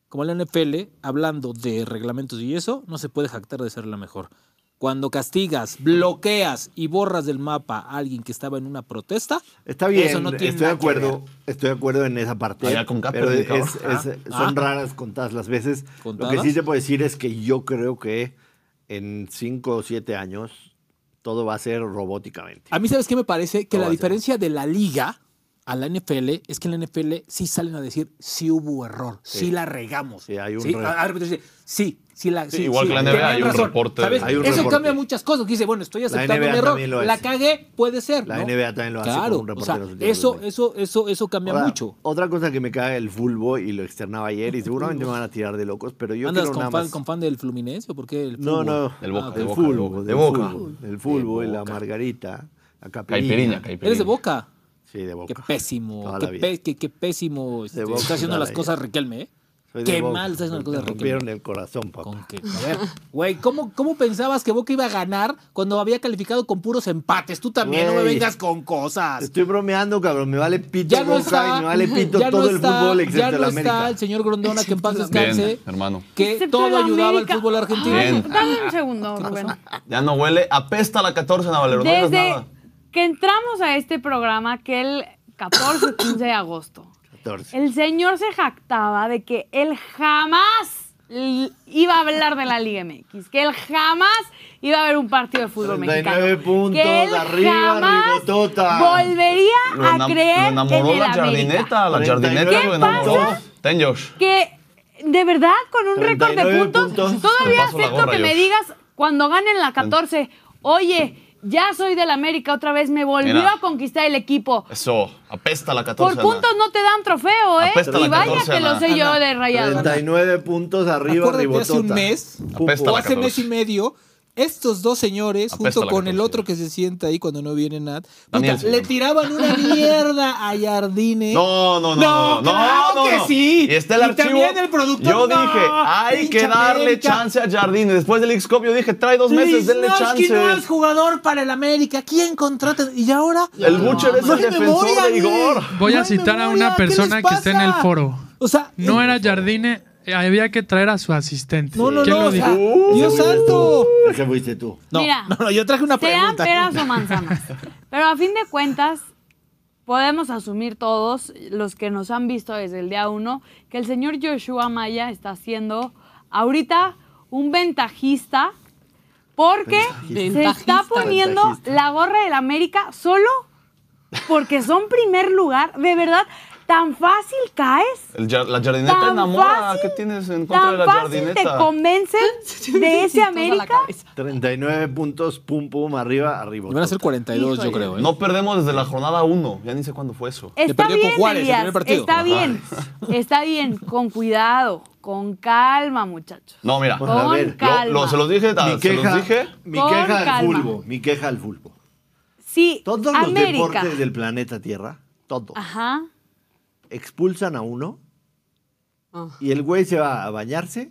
como la NFL, hablando de reglamentos y eso, no se puede jactar de ser la mejor. Cuando castigas, bloqueas y borras del mapa a alguien que estaba en una protesta,
Está bien,
eso no tiene
estoy de
nada que
acuerdo,
ver.
estoy de acuerdo en esa parte.
Allá con
pero
Kaepernick,
es-
cabrón.
es-
Ah,
son
ah.
raras contadas las veces.
¿Contadas?
Lo que sí te puedo decir es que yo creo que en 5 o 7 años todo va a ser robóticamente.
A mí, ¿sabes qué me parece? Que
No va
la
a ser.
diferencia de la liga a la NFL es que en la NFL sí salen a decir si hubo error, si la regamos.
Sí, hay un
sí,
re-
a- árbitros dicen, sí, sí la
Sí, igual que la NBA,
tenían
hay un reporte,
¿sabes?
hay un
Eso
reporte.
cambia muchas cosas. que Dice, bueno, estoy aceptando
NBA
un
también lo
error, la
hace.
cagué, puede ser.
La
¿no?
NBA también lo hace con
Claro,
un reporte
o sea,
de los últimos
eso,
dos meses.
eso, eso, eso cambia
Ahora,
mucho.
Otra cosa que me cae el fulbo y lo externaba ayer y seguramente me van a tirar de locos, pero yo
¿Andas
quiero
con
nada
fan,
más-
con fan del Fluminense o por qué el
No,
fútbol?
no,
Del Boca,
Ah,
del
del
Boca, del
fulbo,
Boca.
del
De Boca.
fulbo, del fulbo y la margarita, la capirina.
Caipirinha, caipirinha.
¿Eres de Boca?
Sí, de
Qué
Boca.
pésimo,
Toda
qué,
la vida.
pe- qué- qué pésimo este,
Boca
está haciendo
toda
las
la
cosas
vida.
Riquelme, ¿eh?
Soy de
Qué
Boca.
mal está haciendo las
Me
cosas Riquelme.
rompieron el corazón, papá.
Con que, a ver, güey, ¿cómo, ¿cómo pensabas que Boca iba a ganar cuando había calificado con puros empates? Tú también no me
Güey.
vengas con cosas.
Estoy bromeando, cabrón. Me vale pito
Ya no
Boca
está,
y me vale pito
ya no
todo el
está,
fútbol excepto
ya no
el
está
América.
el señor Grondona que en paz descanse,
Bien, hermano.
que
Excepto
todo
la
ayudaba al
América.
fútbol argentino.
Ay,
Bien.
Dame un segundo, Rubén.
Ya no huele, apesta la 14, Navalero, no hueles
Desde
nada.
que entramos a este programa, aquel 14, 15 de agosto,
14.
el señor se jactaba de que él jamás l- iba a hablar de la Liga MX, que él jamás iba a ver un partido de fútbol
39
mexicano.
puntos,
que él
arriba,
jamás
Ribotota.
volvería
Lo
a
enam-
creer
lo
en
enamoró
el
la
América.
jardineta, la
39
jardineta
¿Qué
lo enamoró.
pasa?
Ten Josh.
que de verdad con un récord de
39
puntos,
puntos.
Te
todavía
paso la
acepto
gorra,
que me
Josh.
digas cuando ganen la 14, oye, ya soy del América otra vez, me volvió
Mira.
a conquistar el equipo.
Eso, apesta la 14.
Por puntos no te dan trofeo, ¿eh?
Apesta
la
y vaya
14,
que lo
Ana.
sé yo de rayado.
39 puntos arriba,
Acuérdate,
Ribotota.
hace un mes,
Apesta
o
la
hace
14.
mes y medio, estos dos señores,
Apesta la
junto con el
14.
otro que se sienta ahí cuando no viene Nat, puta,
Daniel se
le
llama.
tiraban una mierda a Jardine.
No, no, no, no, no,
¿Eh? claro
no,
que
no.
sí.
Y está el archivo.
también el productor.
Yo
no,
dije, hay
pinche
que darle
América.
chance a Jardín. Después del X-Cup, yo dije, trae dos meses, denle
Lichnowsky
chance.
no es jugador para el América. ¿Quién contrata? Y ahora.
El Butcher es
no
el
hay
defensor
memoria,
de
güey.
Igor.
Voy
No
a
hay
citar a
memoria,
una
¿qué les
persona que esté en el
pasa?
foro.
O sea, eh,
No era Jardine, había que traer a su asistente.
No, no,
¿Quién
no,
lo
o sea,
dijo?
Dios santo.
Ese fuiste tú.
No,
Mira,
no, no, yo traje una
Sean
pregunta.
peras o manzanas. Pero a fin de cuentas, podemos asumir todos, los que nos han visto desde el día uno, que el señor Joshua Maya está siendo ahorita un ventajista porque se
Ventajista.
está poniendo
Ventajista.
la gorra del América solo porque son primer lugar. De verdad, tan fácil caes.
El jar- la jardineta
Tan
enamora.
fácil,
¿Qué tienes en contra de
Tan
la
fácil te
jardineta?
convencen de ese América.
39 puntos, pum, pum, arriba, arriba.
Van a ser 42, yo creo. ¿eh?
No perdemos desde la jornada 1. Ya ni sé cuándo fue eso.
Que
Está
perdió con
bien,
Juárez el
Elías,
primer partido.
está
Ajá.
bien, está bien, con cuidado, con calma, muchachos.
No, mira.
Con a ver,
Con
lo-
calma.
Lo- lo- se los dije, ah,
Mi
se los
queja,
dije.
mi
Con
queja al
calma.
fulbo, mi queja al fulbo.
Sí,
Todos los
América. Ah.
deportes del planeta Tierra, todos,
Ajá.
expulsan a uno
Ah.
y el güey se va a bañarse,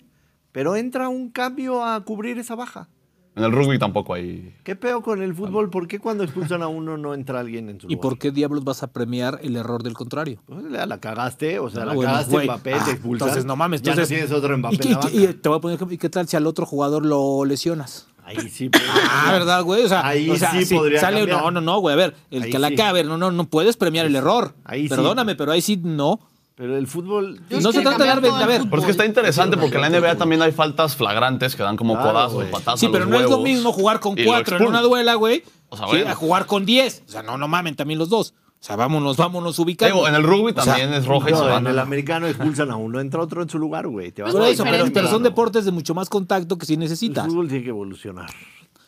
pero entra un cambio a cubrir esa baja.
En el rugby tampoco hay.
¿Qué peo con el fútbol? ¿Por qué cuando expulsan a uno no entra alguien en su
¿Y
lugar?
por qué diablos vas a premiar el error del contrario?
Pues, la la cagaste, o sea,
Ah,
la
bueno,
cagaste
güey.
Mbappé,
Ah,
te expulsan.
Entonces, no mames.
Ya
Entonces,
no tienes otro Mbappé
¿Y, qué-
en la
y qué-
banca.
y te voy a poner ejemplo, ¿y qué tal si al otro jugador lo lesionas?
Ahí sí. pues.
Ah, ¿verdad, güey? O sea,
Ahí
o sea,
sí podría
sale-
cambiar.
No, no, no, güey. A ver, el
Ahí
que la
sí.
cabe, no, no, no puedes premiar el error.
Ahí sí.
Perdóname, pero ahí sí no.
Pero el fútbol...
Yo
no se
quiero
trata de dar
cambiar todo
ventaja. A
el
ver,
Pero es que está interesante porque en la NBA también hay faltas flagrantes que dan como
Claro,
codazos,
güey.
patadas.
Sí,
a
pero
los
no es lo
huevos
mismo jugar con
y lo
cuatro en una
expulsan.
duela, güey,
O sea,
sí,
bueno.
a jugar con diez. O sea, no, no mamen también los dos. O sea, vámonos, vámonos ubicando.
Digo, en el rugby
O sea,
también es roja y se
No,
van.
en el americano expulsan a uno, entra otro en su lugar, güey. Te vas
Por
a-
eso, pero,
diferente.
pero son
Claro.
deportes de mucho más contacto que sí
El
necesitas.
fútbol tiene que evolucionar.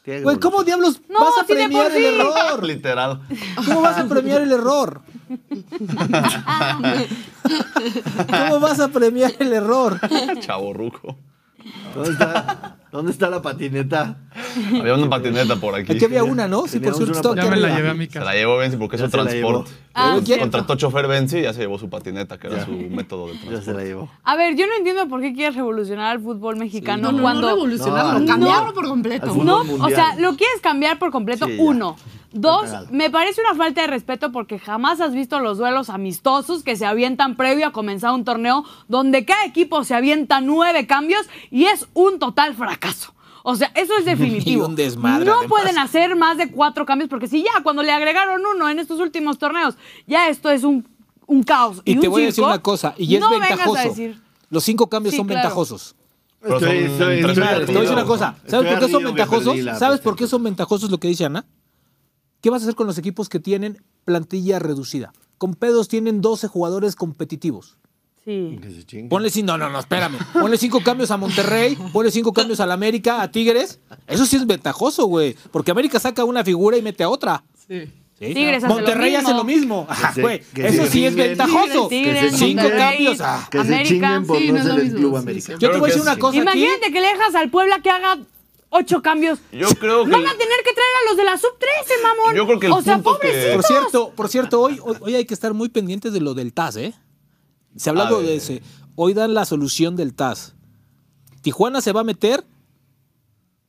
Tiene que
Güey, ¿cómo
evolucionar.
diablos
No,
vas a
sí, de por
premiar el
sí.
error?
Literal.
¿Cómo vas a premiar el error? ¿Cómo vas a premiar el error?
Chavo ruco.
¿Dónde está, dónde está la patineta?
Había una patineta por aquí.
Aquí había una, ¿no? Sí, por
Teníamos
cierto,
una
estaba aquí
Ya me la
arriba.
llevé a mi
Se la
casa.
llevó Benzi porque es
Ya
un
se la llevó.
transporte.
Ah,
Pero ¿quién?
Contrató chofer Benzi y ya se llevó su patineta, que era su método de
Ya se
transporte.
la llevó.
A ver, yo no entiendo por qué quieres revolucionar el fútbol mexicano
No, no,
cuando
no revolucionarlo,
No,
cambiarlo
no.
por
Al
completo.
fútbol
No,
mundial.
o sea, lo quieres cambiar por completo,
Sí, ya.
uno. Dos,
cagado.
me parece una falta de respeto porque jamás has visto los duelos amistosos que se avientan previo a comenzar un torneo donde cada equipo se avienta nueve cambios y es un total fracaso. O sea, eso es definitivo.
Y un desmadre,
no
además.
pueden hacer más de cuatro cambios porque si ya cuando le agregaron uno en estos últimos torneos, ya esto es un, un caos.
Y, te
un
voy a decir
circo,
una cosa, y es
no vengas a
ventajoso.
decir-
Los cinco cambios
Sí,
son
claro.
ventajosos.
Pero son tres
Te
Estoy
voy a decir una
ardido.
cosa.
Estoy
¿Sabes por qué
ardido
son
que
ventajosos?
perdí la
¿Sabes por qué
patineta.
son ventajosos lo que dice Ana? ¿Qué vas a hacer con los equipos que tienen plantilla reducida? con pedos tienen 12 jugadores competitivos.
Sí.
Que se chingue.
Ponle cinco, no, no, no, espérame. Ponle cinco cambios a Monterrey, ponle cinco cambios al América, a Tigres. Eso sí es ventajoso, güey. Porque América saca una figura y mete a otra. Sí.
Tigres hace lo
Monterrey hace lo mismo. Ajá,
se-
güey.
que
Eso
se
sí es
chinguen.
ventajoso.
Tigres,
Que se
Cinco
chinguen.
cambios. ah.
Que se
América,
chinguen por
sí,
no
no es
ser
lo
el
mismo,
Club
sí,
América.
Yo te
creo
voy a
que
decir una
sí.
cosa aquí.
Imagínate que le dejas al Puebla que haga ocho cambios.
Yo creo que.
Van a tener que traer a los de la sub 13, mamón.
Yo creo que el
o sea,
punto que-
Por
pobrecitos.
cierto, por cierto, hoy, hoy, hoy hay que estar muy pendientes de lo del TAS, ¿eh? Se ha hablado
A ver.
de ese. Hoy dan la solución del TAS. Tijuana se va a meter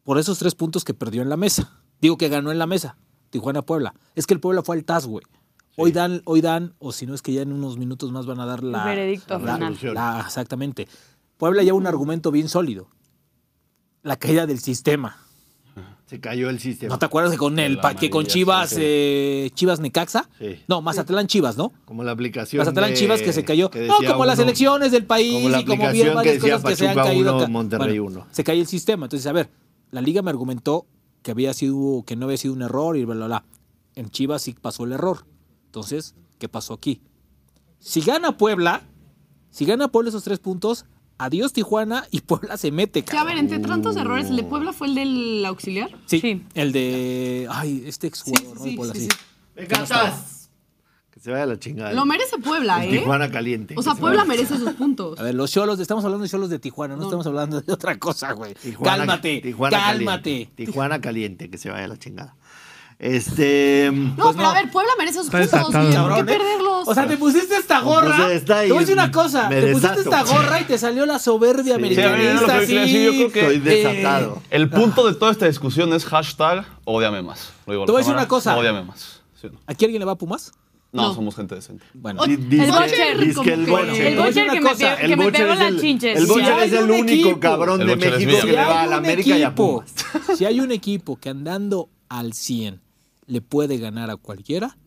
por esos tres puntos que perdió en la mesa. Digo que ganó en la mesa. Tijuana Puebla. Es que el Puebla fue al TAS, güey. Hoy dan, hoy dan, o si no es que ya en unos minutos más van a dar la.
El veredicto
la-
final.
la- exactamente. Puebla lleva un argumento bien sólido. La caída del sistema.
Se cayó el sistema.
¿No te acuerdas que con el pa- que con
amarilla,
Chivas,
sí, sí.
eh, Chivas Necaxa?
Sí.
No, Mazatlán Chivas, ¿no?
Como la aplicación.
Mazatlán
de-
Chivas que se cayó.
que
no,
decía
como las
uno,
elecciones del país
como la
y como
aplicación
bien
que
varias
decía
cosas que se han
Pachuca
caído.
uno,
acá.
Monterrey uno.
Se cayó el sistema. Entonces, a ver, la liga me argumentó que había sido, que no había sido un error y bla, bla, bla. En Chivas sí pasó el error. Entonces, ¿qué pasó aquí? Si gana Puebla, si gana Puebla esos tres puntos, adiós Tijuana y Puebla se mete,
Sí, a
cabrón.
ver, entre tantos errores, el de Puebla fue el del auxiliar.
Sí,
Sí.
el de. Ay, este exjugador,
Sí, sí,
¿no? de
sí,
Puebla,
sí,
sí.
sí.
¡Me cantas! Que se vaya a la chingada.
Lo merece Puebla,
El
¿eh?
Tijuana caliente.
O sea,
Que se vaya
Puebla
a la
merece sus puntos.
A ver, los cholos, estamos hablando de cholos de Tijuana, no, estamos hablando de otra cosa, güey.
Tijuana-
cálmate,
Tijuana
cálmate.
Caliente, Tijuana caliente, que se vaya a la chingada. Este.
No,
Pues
pero
no.
a ver, Puebla merece sus
Está
puntos.
Mm.
desatado,
güey, ¿Por
Cabrón,
qué
¿eh?
perderlos?
O sea, te pusiste esta gorra.
puse esta y
te voy a decir una cosa.
me
Te pusiste
desato.
esta gorra y te salió la soberbia
Sí, a ver, era lo
americanista.
que yo quería
sí.
decir, yo creo que-
Estoy
eh,
desatado.
El punto de toda esta discusión es hashtag odiame más. Lo digo la
Te voy a decir
cámara,
una cosa.
Ódiame más. ¿Sí o no?
¿Aquí alguien le va a Pumas?
No,
No.
somos gente decente.
Bueno.
Oye,
Di- dice-
el
dice
Bocher,
que el
como que-
Bocher.
El
Te voy a
Bocher
decir
que
una
me,
cosa,
pe- que me
Bocher
pegó
es
las
el-
chinches.
El
Si
Bocher
hay
es el
un
único
equipo.
cabrón
El
de
Bocher es
México que
Villa.
le
Si
va a la
un
América y a
equipo-
Pumas.
Si hay un equipo que andando al 100 le puede ganar a cualquiera,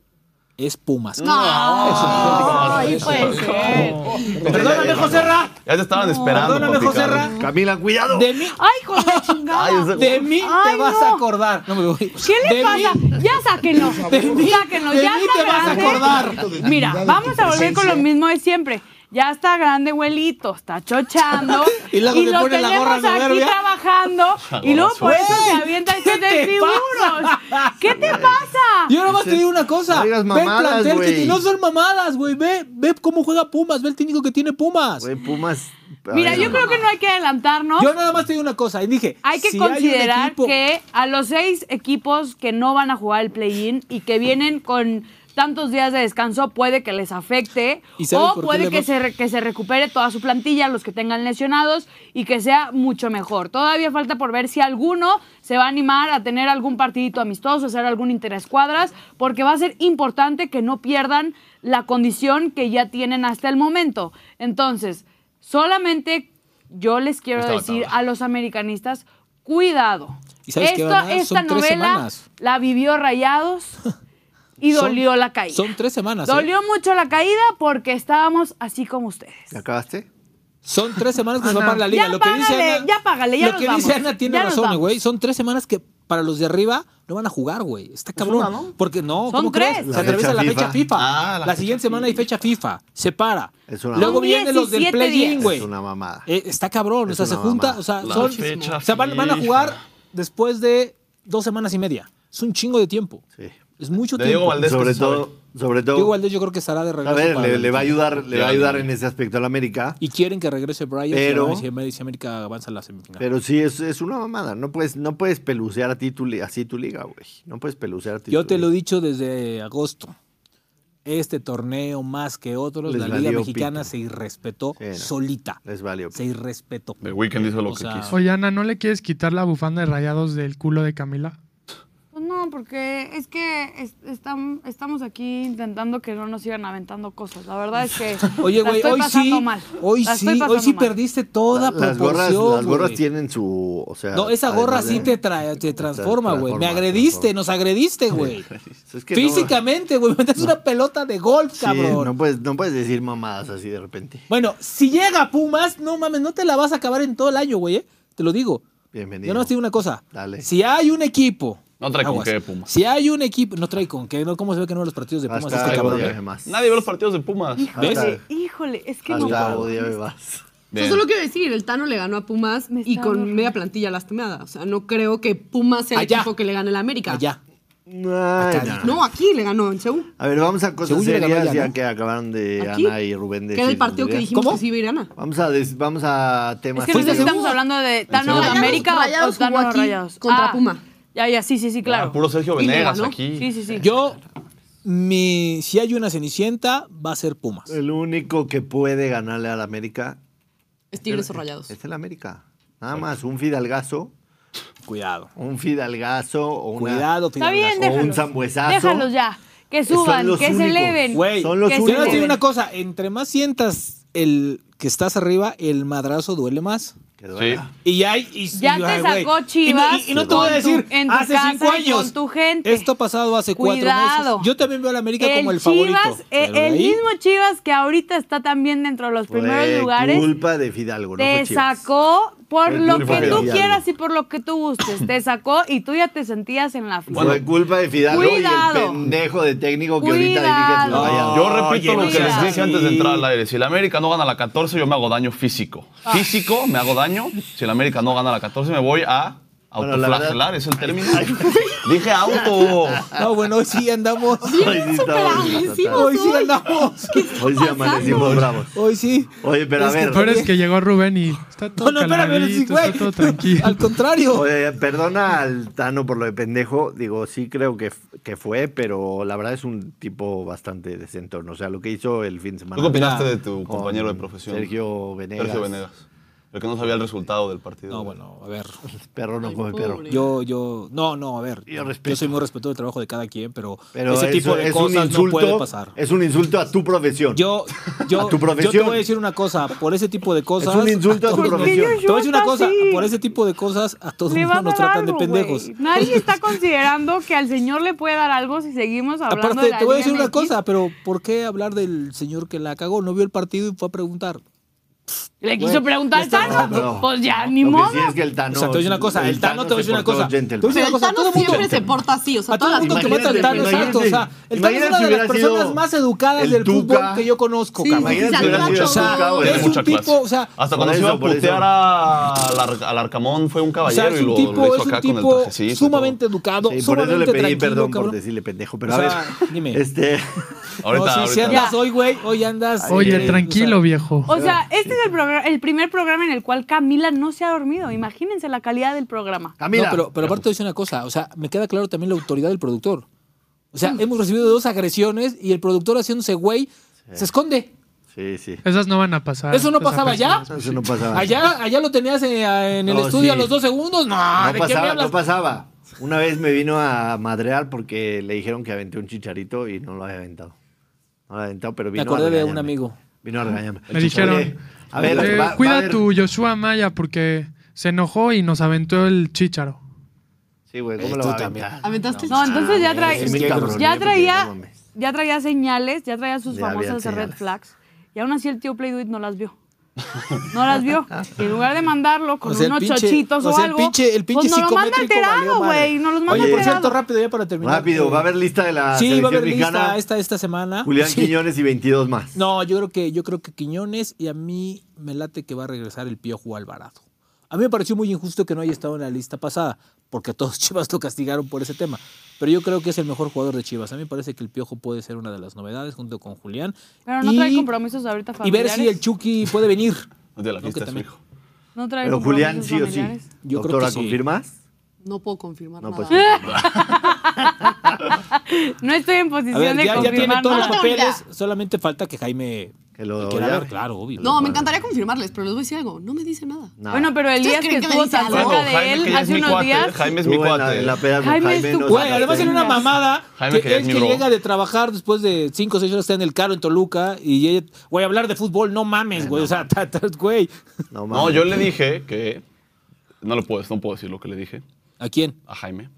es Pumas.
ah, No,
Ay, puede ser.
Perdóname, José Ra.
Ya te estaban esperando.
perdóname,
para picar.
José Ra.
Camila, cuidado.
De mí,
Ay, hijo de la chingada.
Ay, ese-
de mí
Ay,
te vas
no.
a acordar. No me voy.
¿Qué le
De
pasa?
mí-
Ya sáquenlo. sáquenlo.
de
ya
mí
está
te vas a
grande.
acordar.
Mira, vamos a volver con lo mismo de siempre. Ya está grande, güelito, está chochando.
Y luego te
lo
pone la gorra
tenemos aquí
soberbia.
trabajando. Y luego por eso se avienta el set de
¿Qué te
figuros. ¿Qué te pasa?
Yo nomás te digo una cosa.
No digas mamadas,
ve el plantel
güey.
que tiene- No son mamadas, güey. Ve, ve cómo juega Pumas. Ve el técnico que tiene Pumas.
Güey, Pumas. a
Mira,
ver,
yo creo que no hay que adelantarnos.
Yo nada más te digo una cosa. Y dije,
Hay que
si un
considerar
equipo-
que a los seis equipos que no van a jugar el play-in y que vienen con tantos días de descanso, puede que les afecte
¿Y sabes
o
por qué
puede
le
que
va-
se, re- que se recupere toda su plantilla, los que tengan lesionados y que sea mucho mejor. Todavía falta por ver si alguno se va a animar a tener algún partidito amistoso, hacer algún interescuadras, porque va a ser importante que no pierdan la condición que ya tienen hasta el momento. Entonces, solamente yo les quiero
Esta
decir
batalla.
a los americanistas, cuidado.
¿Y sabes qué,
Esto-
Ana?
esta
Son tres
novela
semanas.
la vivió Rayados y
Son-
dolió la caída.
Son tres semanas. ¿eh?
Dolió mucho la caída porque estábamos así como ustedes.
¿Te acabaste?
Son tres semanas que se va para la liga.
Ya
lo que dice
págale,
Ana,
ya págale, ya
Lo
nos
que dice
vamos.
Ana tiene
Ya nos
razón,
vamos.
güey. Son tres semanas que para los de arriba no van a jugar, güey. Está cabrón. Porque no,
Son
¿cómo
tres.
crees?
La
se atraviesa
fecha
la
FIFA.
fecha FIFA.
Ah,
la
la fecha
siguiente semana hay fecha FIFA. Se para.
Es una
Luego
mamada.
vienen los del
17
play-in,
días.
güey.
Es una mamada.
Eh, está cabrón.
Es
o sea, se
una
junta.
mamada.
O sea,
La
son-
fecha
o sea, van, van a
FIFA.
jugar después de dos semanas y media. Es un chingo de tiempo.
Sí.
Es mucho
De
tiempo.
Diego Valdés.
Sobre
que se sabe.
todo, sobre todo.
Diego Valdés yo creo que estará de
a
regreso.
ver,
para
le,
el-
le va a ayudar, le va a
Ya,
ayudar
ya.
en ese aspecto a la América.
Y quieren que regrese Brian
Pero-
pero, si América- si América avanza a la semifinal.
Pero sí, es, es una mamada. No puedes, no puedes pelucear a ti tu, li- así tu liga, güey. No puedes pelucear a ti
Yo
tu
te
liga.
lo he dicho desde agosto. Este torneo, más que otros,
Les
la Liga
valió
Mexicana
pito.
se irrespetó
Sí, no.
solita.
Les valió.
Se irrespetó.
The Weeknd hizo lo
O
que
sea,
quiso.
Oye, Ana, ¿no le quieres quitar la bufanda de rayados del culo de Camila?
Pues no, porque es que es- estam- estamos aquí intentando que no nos sigan aventando cosas. La verdad es que
Oye,
la
güey,
estoy
hoy
pasando
sí,
mal.
hoy
La
sí,
estoy
hoy sí
pasando mal.
perdiste toda
las gorras,
proporción.
las gorras
güey.
tienen su, o sea,
No, esa gorra
además
sí
de-
te, tra- te transforma, güey. Me
transforma,
agrediste,
transforma.
nos agrediste, güey.
Es que no-
Físicamente, güey. Me metes una pelota de golf,
sí,
cabrón.
no puedes, no puedes decir mamadas así de repente.
Bueno, si llega Pumas, no mames, no te la vas a acabar en todo el año, güey. ¿eh? Te lo digo.
Bienvenido.
Yo no te digo una cosa.
Dale.
Si hay un equipo
No trae con
Aguas.
qué Pumas.
Si hay un equipo, no trae con qué, ¿no? ¿Cómo se ve que no ve los partidos de Pumas
Hasta
este cabrón?
odio a Bebas.
Nadie ve los partidos de Pumas.
¿Ves?
Hasta-
Híjole, híjole, es que no.
Hasta odio a Bebas.
Yo
Bien.
solo quiero decir, el Tano le ganó a Pumas
Me
y
está
con
horror-
media plantilla lastimada. O sea, no creo que Pumas sea el
Allá.
equipo que le gane el América.
Allá.
Ay,
Acá,
no.
No, aquí le ganó en Seúl.
A ver, vamos a cosas
Según yo le ganó
serias ya,
ya, ¿no?
que acabaron de
Aquí.
Ana y Rubén
Que
de
era el partido que dijimos
¿Cómo?
que sí iba a ir Ana.
Vamos a, des- vamos a
Es
temas
que
Pues
no sé si
serios.
estamos hablando de Tano
segundo.
América
Rayados
o
jugó
Tano
aquí
Rayados. Ah,
contra Puma.
Ya, ya, sí, sí, sí, claro.
Ah, puro Sergio
Y le
Venegas
ganó.
aquí.
Sí, sí, sí.
Yo, mi, si hay una cenicienta, va a ser Pumas.
El único que puede ganarle al América
Es Tigres
eh,
o Rayados.
es el América. Nada más, un fidalgazo,
Cuidado.
un fidalgazo o una...
Cuidado,
Está bien,
O un
déjalos.
sambuesazo.
Déjalos ya. Que suban,
los
que se
únicos.
eleven.
Güey,
Son los
que
Yo
únicos.
no te
se
digo
eleven.
una cosa, entre más sientas el que estás arriba, el madrazo duele más.
Que
Sí.
duela.
Y hay. Y,
Ya
y-
te
ay, güey.
sacó Chivas.
Y no, y- y no te voy a
con tu-
decir,
en tu
hace
casa
cinco
y
años.
Con tu gente.
Esto ha pasado hace cuatro
Cuidado.
meses. Yo también veo a la América como el favorito.
Chivas, eh,
Pero de
el
ahí-
mismo Chivas que ahorita está también dentro de los
Fue
primeros lugares.
culpa de Fidalgo, no
te
fue Chivas.
sacó por
Fue
lo
culpa
que
de
tú
Fidalgo.
quieras y por lo que tú gustes. Te sacó y tú ya te sentías en la final.
fue culpa de Fidalgo y el
Cuidado.
pendejo de técnico que ahorita dirige a
Cuidado.
los Rayados.
Yo repito
no
lo que les
seas
dije antes de entrar al aire. Si la América no gana la 14, yo me hago daño físico. Físico, me hago daño. Si la América no gana la 14, me voy a
Bueno, la
autoflagelar.
verdad-
¿Es el término? dije auto.
No, bueno, hoy sí andamos.
Hoy sí estamos
superagresivos.
Hoy sí andamos.
Hoy sí amanecimos bravos.
Hoy sí.
Oye, pero a
Es que
ver.
Lo peor es que llegó Rubén y está todo
No, no, espérame,
calmadito,
sí, güey.
está todo tranquilo.
Al contrario.
Oye, perdona al Tano por lo de pendejo. Digo, sí creo que, f- que fue, pero la verdad es un tipo bastante decentón. O sea, lo que hizo el fin de
¿Tú
semana.
qué opinaste de tu
con
compañero de profesión?
Sergio Venegas.
Sergio Venegas. El que no sabía el resultado del partido.
No, bueno, a ver.
Perro no come perro.
pobre.
Yo, yo. No, no, a ver.
Yo
Yo,
respeto.
soy muy respetuoso del trabajo de cada quien, pero,
Pero
ese
eso
tipo de
es
cosas
un insulto,
no puede pasar.
Es un insulto a tu profesión.
Yo,
A
yo,
tu
yo
profesión.
te voy a decir una cosa, por ese tipo de cosas.
un insulto a tu
todos nos-
profesión.
Te voy a decir una cosa,
Así.
por ese tipo de cosas a todos
Le va a dar
nos tratan de
algo,
pendejos.
güey. Nadie está considerando que al señor le puede dar algo si seguimos hablando de
Aparte,
la
te voy a decir
Liga
una
MX.
cosa, pero ¿por qué hablar del señor que la cagó? No vio el partido y fue a preguntar.
Le quiso preguntar
ya
al
está
Tano.
raro.
Pues ya, ni
Lo que
modo.
sí es que el Tano.
o sea, te voy a decir una cosa, el Tano, te voy a decir
se
una
portó
cosa. Te
gentle.
voy a decir
Pero
una
el
cosa, todo
Tano
el mundo-
siempre se porta así. O sea,
A todo
todas
el
las
mundo que mata al
Imagínate,
Tano, exacto. O sea,
imagínate,
el Tano es una
imagínate
de las
si hubiera
personas
sido
más educadas
el
del
Tuca.
fútbol que yo conozco,
Sí,
cabrón.
sí,
Imagínate
sí,
si hubiera
Sancho,
sido el
Sancho,
Tuca,
Sancho.
güey.
Es un
Mucha clase.
tipo, o sea,
Hasta
por
cuando se
eso,
iba a
por eso.
putear a, Alar- al Arcamón fue un
O sea,
caballero
es
y lo, lo
un tipo,
hizo
es
acá
un
con el
tipo
trajecito y todo.
sumamente
Sí,
educado,
por eso
sumamente
le pedí
tranquilo,
perdón por
cabrón.
decirle pendejo. Pero
O
a
sea,
ver.
dime.
Este.
Ahorita,
no, sí, sí
ahorita.
andas hoy, güey, hoy andas.
Oye,
eh,
tranquilo,
o sea,
viejo.
O sea, este es el, programa- el primer programa en el cual Camila no se ha dormido. Imagínense la calidad del programa.
Camila.
No, pero, pero aparte te voy a decir una cosa, o sea, me queda claro también la autoridad del productor. O sea, hemos recibido dos agresiones y el productor haciéndose güey se esconde.
Sí, sí.
Esas no van a pasar.
¿Eso no pasaba ya?
Eso no pasaba.
Allá, allá lo tenías eh, en el
No,
estudio a
sí.
los dos segundos. No,
No
¿de qué me
pasaba,
hablas?
no pasaba. Una vez me vino a madrear porque le dijeron que aventé un chicharito y no lo había aventado. No lo había aventado, pero vino a
acordé de un
regañarme.
amigo.
Vino a regañarme.
Me dijeron,
Oye, A ver,
Eh,
va- va a
cuida
haber-
tu Joshua Maya porque se enojó y nos aventó el chícharo.
Sí, güey, ¿cómo
Eh,
lo
tú
va a
también.
aventar?
Aventaste
No, entonces ya, trae-
es muy cabrón,
ya
eh,
traía
porque no mames.
ya traía señales, ya traía sus
Ya había
famosas red
señales.
flags. Y aún así el tío Play Do It no las vio. No las vio. Y en lugar de mandarlo con
O sea, el
unos
pinche-
chochitos o,
o sea, el
algo,
pinche, el pinche
pues nos lo manda
psicométrico valió
alterado,
madre.
güey. Nos los manda
Oye, por
alterado.
cierto, rápido ya para terminar.
Rápido,
eh,
va a haber lista de la
Sí, va a
selección
haber lista
mexicana.
esta, esta semana.
Julián
Ah, Sí.
Quiñones y 22 más.
No, yo creo que yo creo que Quiñones y a mí me late que va a regresar el Piojo Alvarado. A mí me pareció muy injusto que no haya estado en la lista pasada, porque a todos Chivas lo castigaron por ese tema. Pero yo creo que es el mejor jugador de Chivas. A mí me parece que el Piojo puede ser una de las novedades junto con Julián.
Pero no
Y-
trae compromisos ahorita
Y ver
familiares.
si el Chucky puede venir.
De la fiesta
que
de su
también.
hijo.
No trae
Pero Julián
compromisos
sí o sí.
familiares.
Yo creo
Doctora,
que sí.
¿confirmas?
No puedo confirmar
No,
nada.
pues.
Ah, No estoy en
A
posición
ver,
de
ya, ya tiene
confirmar
todos los
nada.
No tengo
papeles, solamente falta que Jaime
Que lo
quiera
llame.
ver, claro, obvio.
No, me encantaría confirmarles, pero les voy a decir algo. No me dice nada.
No.
Bueno, pero el
¿Ustedes
día que
creen que
estuvo
me dice
tan
algo?
cerca
Jaime,
de
que
él
ya es
hace
mi
unos
cuate,
días.
Jaime es mi
Tú en la-
cuate.
en la peda con
Jaime
Jaime,
es tu
no
cuate.
Güey, además era una
Gracias.
mamada
Jaime, que
que
ya
él
es mi
que
bro.
llega de trabajar después de 5 o 6 horas está en el carro en Toluca y ella, güey, hablar de fútbol, no
Eh,
mames, güey, o sea, ta- ta- güey.
No,
No,
mames.
yo le dije que. No lo puedes, no puedo decir lo que le dije
¿A quién?
a Jaime.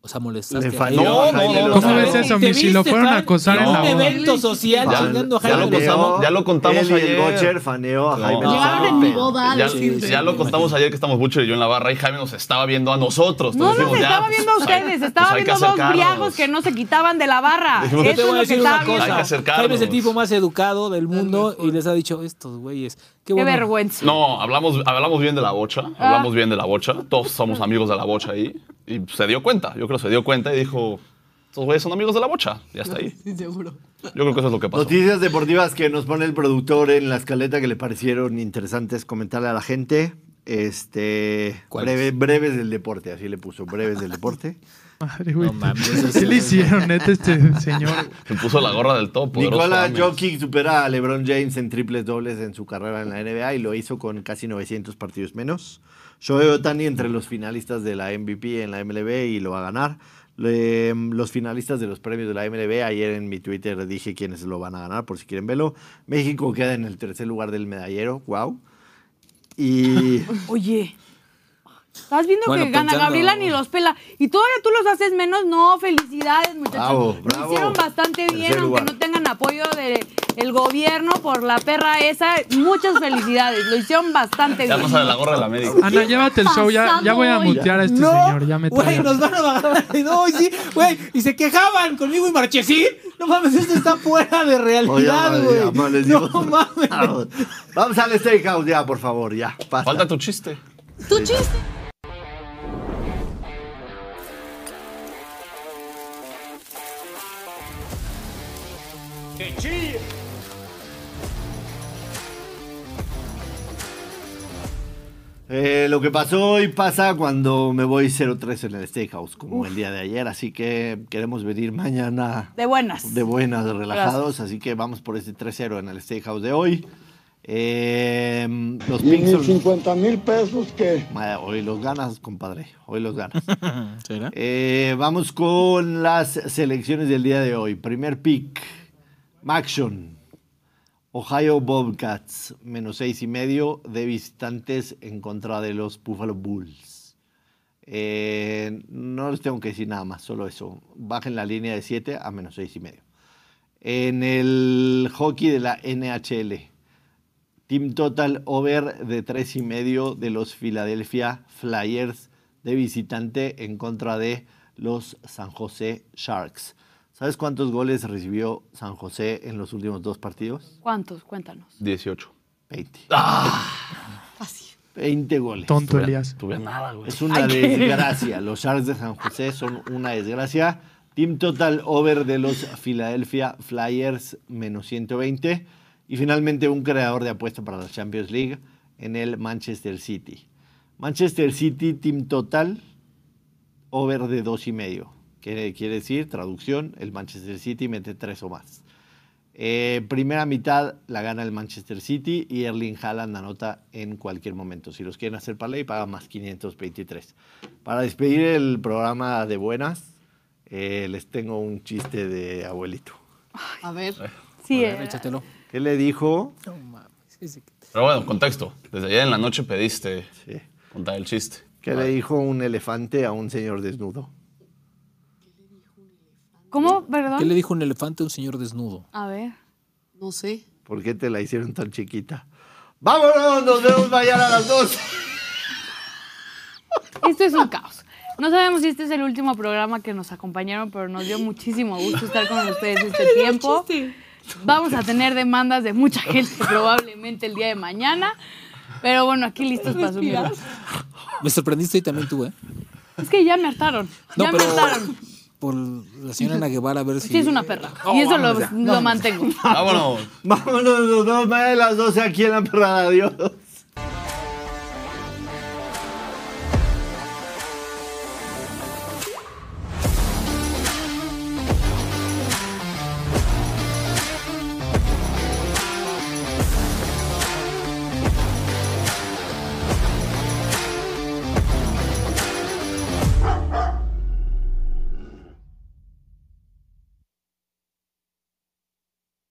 O sea, molestaste.
Le
a
falló
ellos.
a No, Jaime no, no.
¿Cómo
Lozano.
ves eso,
¿Te
Michi? Lo
viste,
fueron a
Juan?
acosar
En
en
un
la boda.
evento social
Ya-
chingando a
ya
Jaime
lo contamos-
Lozano.
ya lo contamos
Él y
ayer.
el Bocher faneó a
No.
Jaime
Llegaron en
Lozano.
mi boda a
Ya,
decirme.
ya lo contamos ayer que estamos Butcher y yo en la barra y Jaime nos estaba viendo a nosotros.
No
Entonces
nos
dijimos, ya,
estaba
pues,
viendo a
pues, hay-
ustedes,
pues,
estaba
hay que
viendo a dos
acercarnos.
briagos que no se quitaban de la barra.
Dijimos,
Yo
Eso
te
es
voy a
lo que
decir una
estaba
bien.
cosa.
Hay que
viendo.
acercarnos.
Jaime es el tipo más educado del mundo y les ha dicho estos güeyes.
Qué
Qué, bueno.
vergüenza.
No, hablamos, hablamos bien de la bocha,
Ah.
hablamos bien de la bocha, todos somos amigos de la bocha ahí, y se dio cuenta, yo creo que se dio cuenta y dijo, estos güeyes son amigos de la bocha, ya está ahí.
Sí, seguro.
Yo creo que eso es lo que pasó.
Noticias deportivas que nos pone el productor en la escaleta que le parecieron interesantes comentarle a la gente. Este,
¿Cuáles?
breve- breves del deporte, así le puso, breves del deporte.
Madre, güey.
No mames, eso
¿Qué
sí
le
es-
hicieron, neta, este señor?
Se puso la gorra del topo.
Nicola Jokic supera a LeBron James en triples dobles en su carrera en la NBA y lo hizo con casi 900 partidos menos. Shohei Otani entre los finalistas de la MVP en la MLB y lo va a ganar. Le- los finalistas de los premios de la MLB, ayer en mi Twitter dije quiénes lo van a ganar por si quieren verlo. México queda en el tercer lugar del medallero, wow. Y
Oye. Estás viendo
Bueno,
que gana
pensando-
Gabriela ni los pela. Y todavía tú los haces menos. No, felicidades, muchachos.
Bravo,
Lo
bravo.
hicieron bastante
Tercer
bien, aunque
lugar.
no tengan apoyo del gobierno por la perra esa. Muchas felicidades. Lo hicieron bastante
Ya
bien.
pasa de la gorra Ah, del América.
Ana, llévate el show, ya, ya voy a
pasado hoy?
mutear a este
no,
señor, ya me
güey,
trae-
nos van a bajar. No, y sí, güey, y se quejaban conmigo y Marchesín. No mames, esto está fuera de
Oye,
realidad,
madre, ya,
güey.
mames,
No
Dios.
mames.
Vamos, vamos al steakhouse ya, por favor, ya. basta.
Falta tu chiste.
Tu chiste.
Eh, lo que pasó hoy pasa cuando me voy 0-3 en el steakhouse, como el día de ayer, así que queremos venir mañana
De buenas.
de buenas, de relajados, así que vamos por este 3-0 en el steakhouse de hoy. Eh, los
Y mis
Pixels-
50 mil pesos que
Ma- Hoy los ganas, compadre, hoy los ganas.
¿Será?
Eh, vamos con las selecciones del día de hoy. Primer pick, Maction. Ohio Bobcats, menos seis y medio de visitantes en contra de los Buffalo Bulls. Eh, no les tengo que decir nada más, solo eso. Bajen la línea de 7 a menos seis y medio. En el hockey de la NHL, Team Total Over de tres y medio de los Philadelphia Flyers de visitante en contra de los San José Sharks. ¿Sabes cuántos goles recibió San José en los últimos dos partidos?
¿Cuántos? Cuéntanos.
18.
20.
Fácil.
20 goles.
Tonto Elías.
Tuve nada, güey.
Es una desgracia. Los Sharks de San José son una desgracia. Team Total Over de los Philadelphia Flyers, menos 120. Y finalmente un creador de apuesta para la Champions League en el Manchester City. Manchester City, Team Total, over de dos y medio. Quiere, quiere decir, traducción, el Manchester City mete tres o más. Eh, primera mitad la gana el Manchester City y Erling Haaland anota en cualquier momento. Si los quieren hacer parlay, paga más 523. Para despedir el programa de buenas, eh, les tengo un chiste de abuelito.
A ver.
Sí, eh,
A ver,
era-
échatelo.
¿Qué le dijo?
No mames. ese que-
Pero bueno, contexto. Desde ayer en la noche pediste
Sí.
contar el chiste.
¿Qué le dijo un elefante a un señor desnudo?
¿Cómo?
¿Qué le
Perdón.
dijo un elefante a un señor desnudo?
A ver.
No sé.
¿Por qué te la hicieron tan chiquita? ¡Vámonos! ¡Nos vemos mañana a las 12!
Esto es un caos. No sabemos si este es el último programa que nos acompañaron, pero nos dio muchísimo gusto estar con ustedes este tiempo. Vamos a tener demandas de mucha gente probablemente el día de mañana. Pero bueno, aquí listos para subirlo.
Me sorprendiste y también tú, ¿eh?
Es que ya me hartaron.
No,
ya me
pero-
hartaron.
Por la señora Ana Guevara, a ver si.
Sí, es una perra.
Oh,
y eso lo, lo mantengo.
Vámonos.
Vámonos, nos vemos mañana a las 12 aquí en la perrada. Adiós.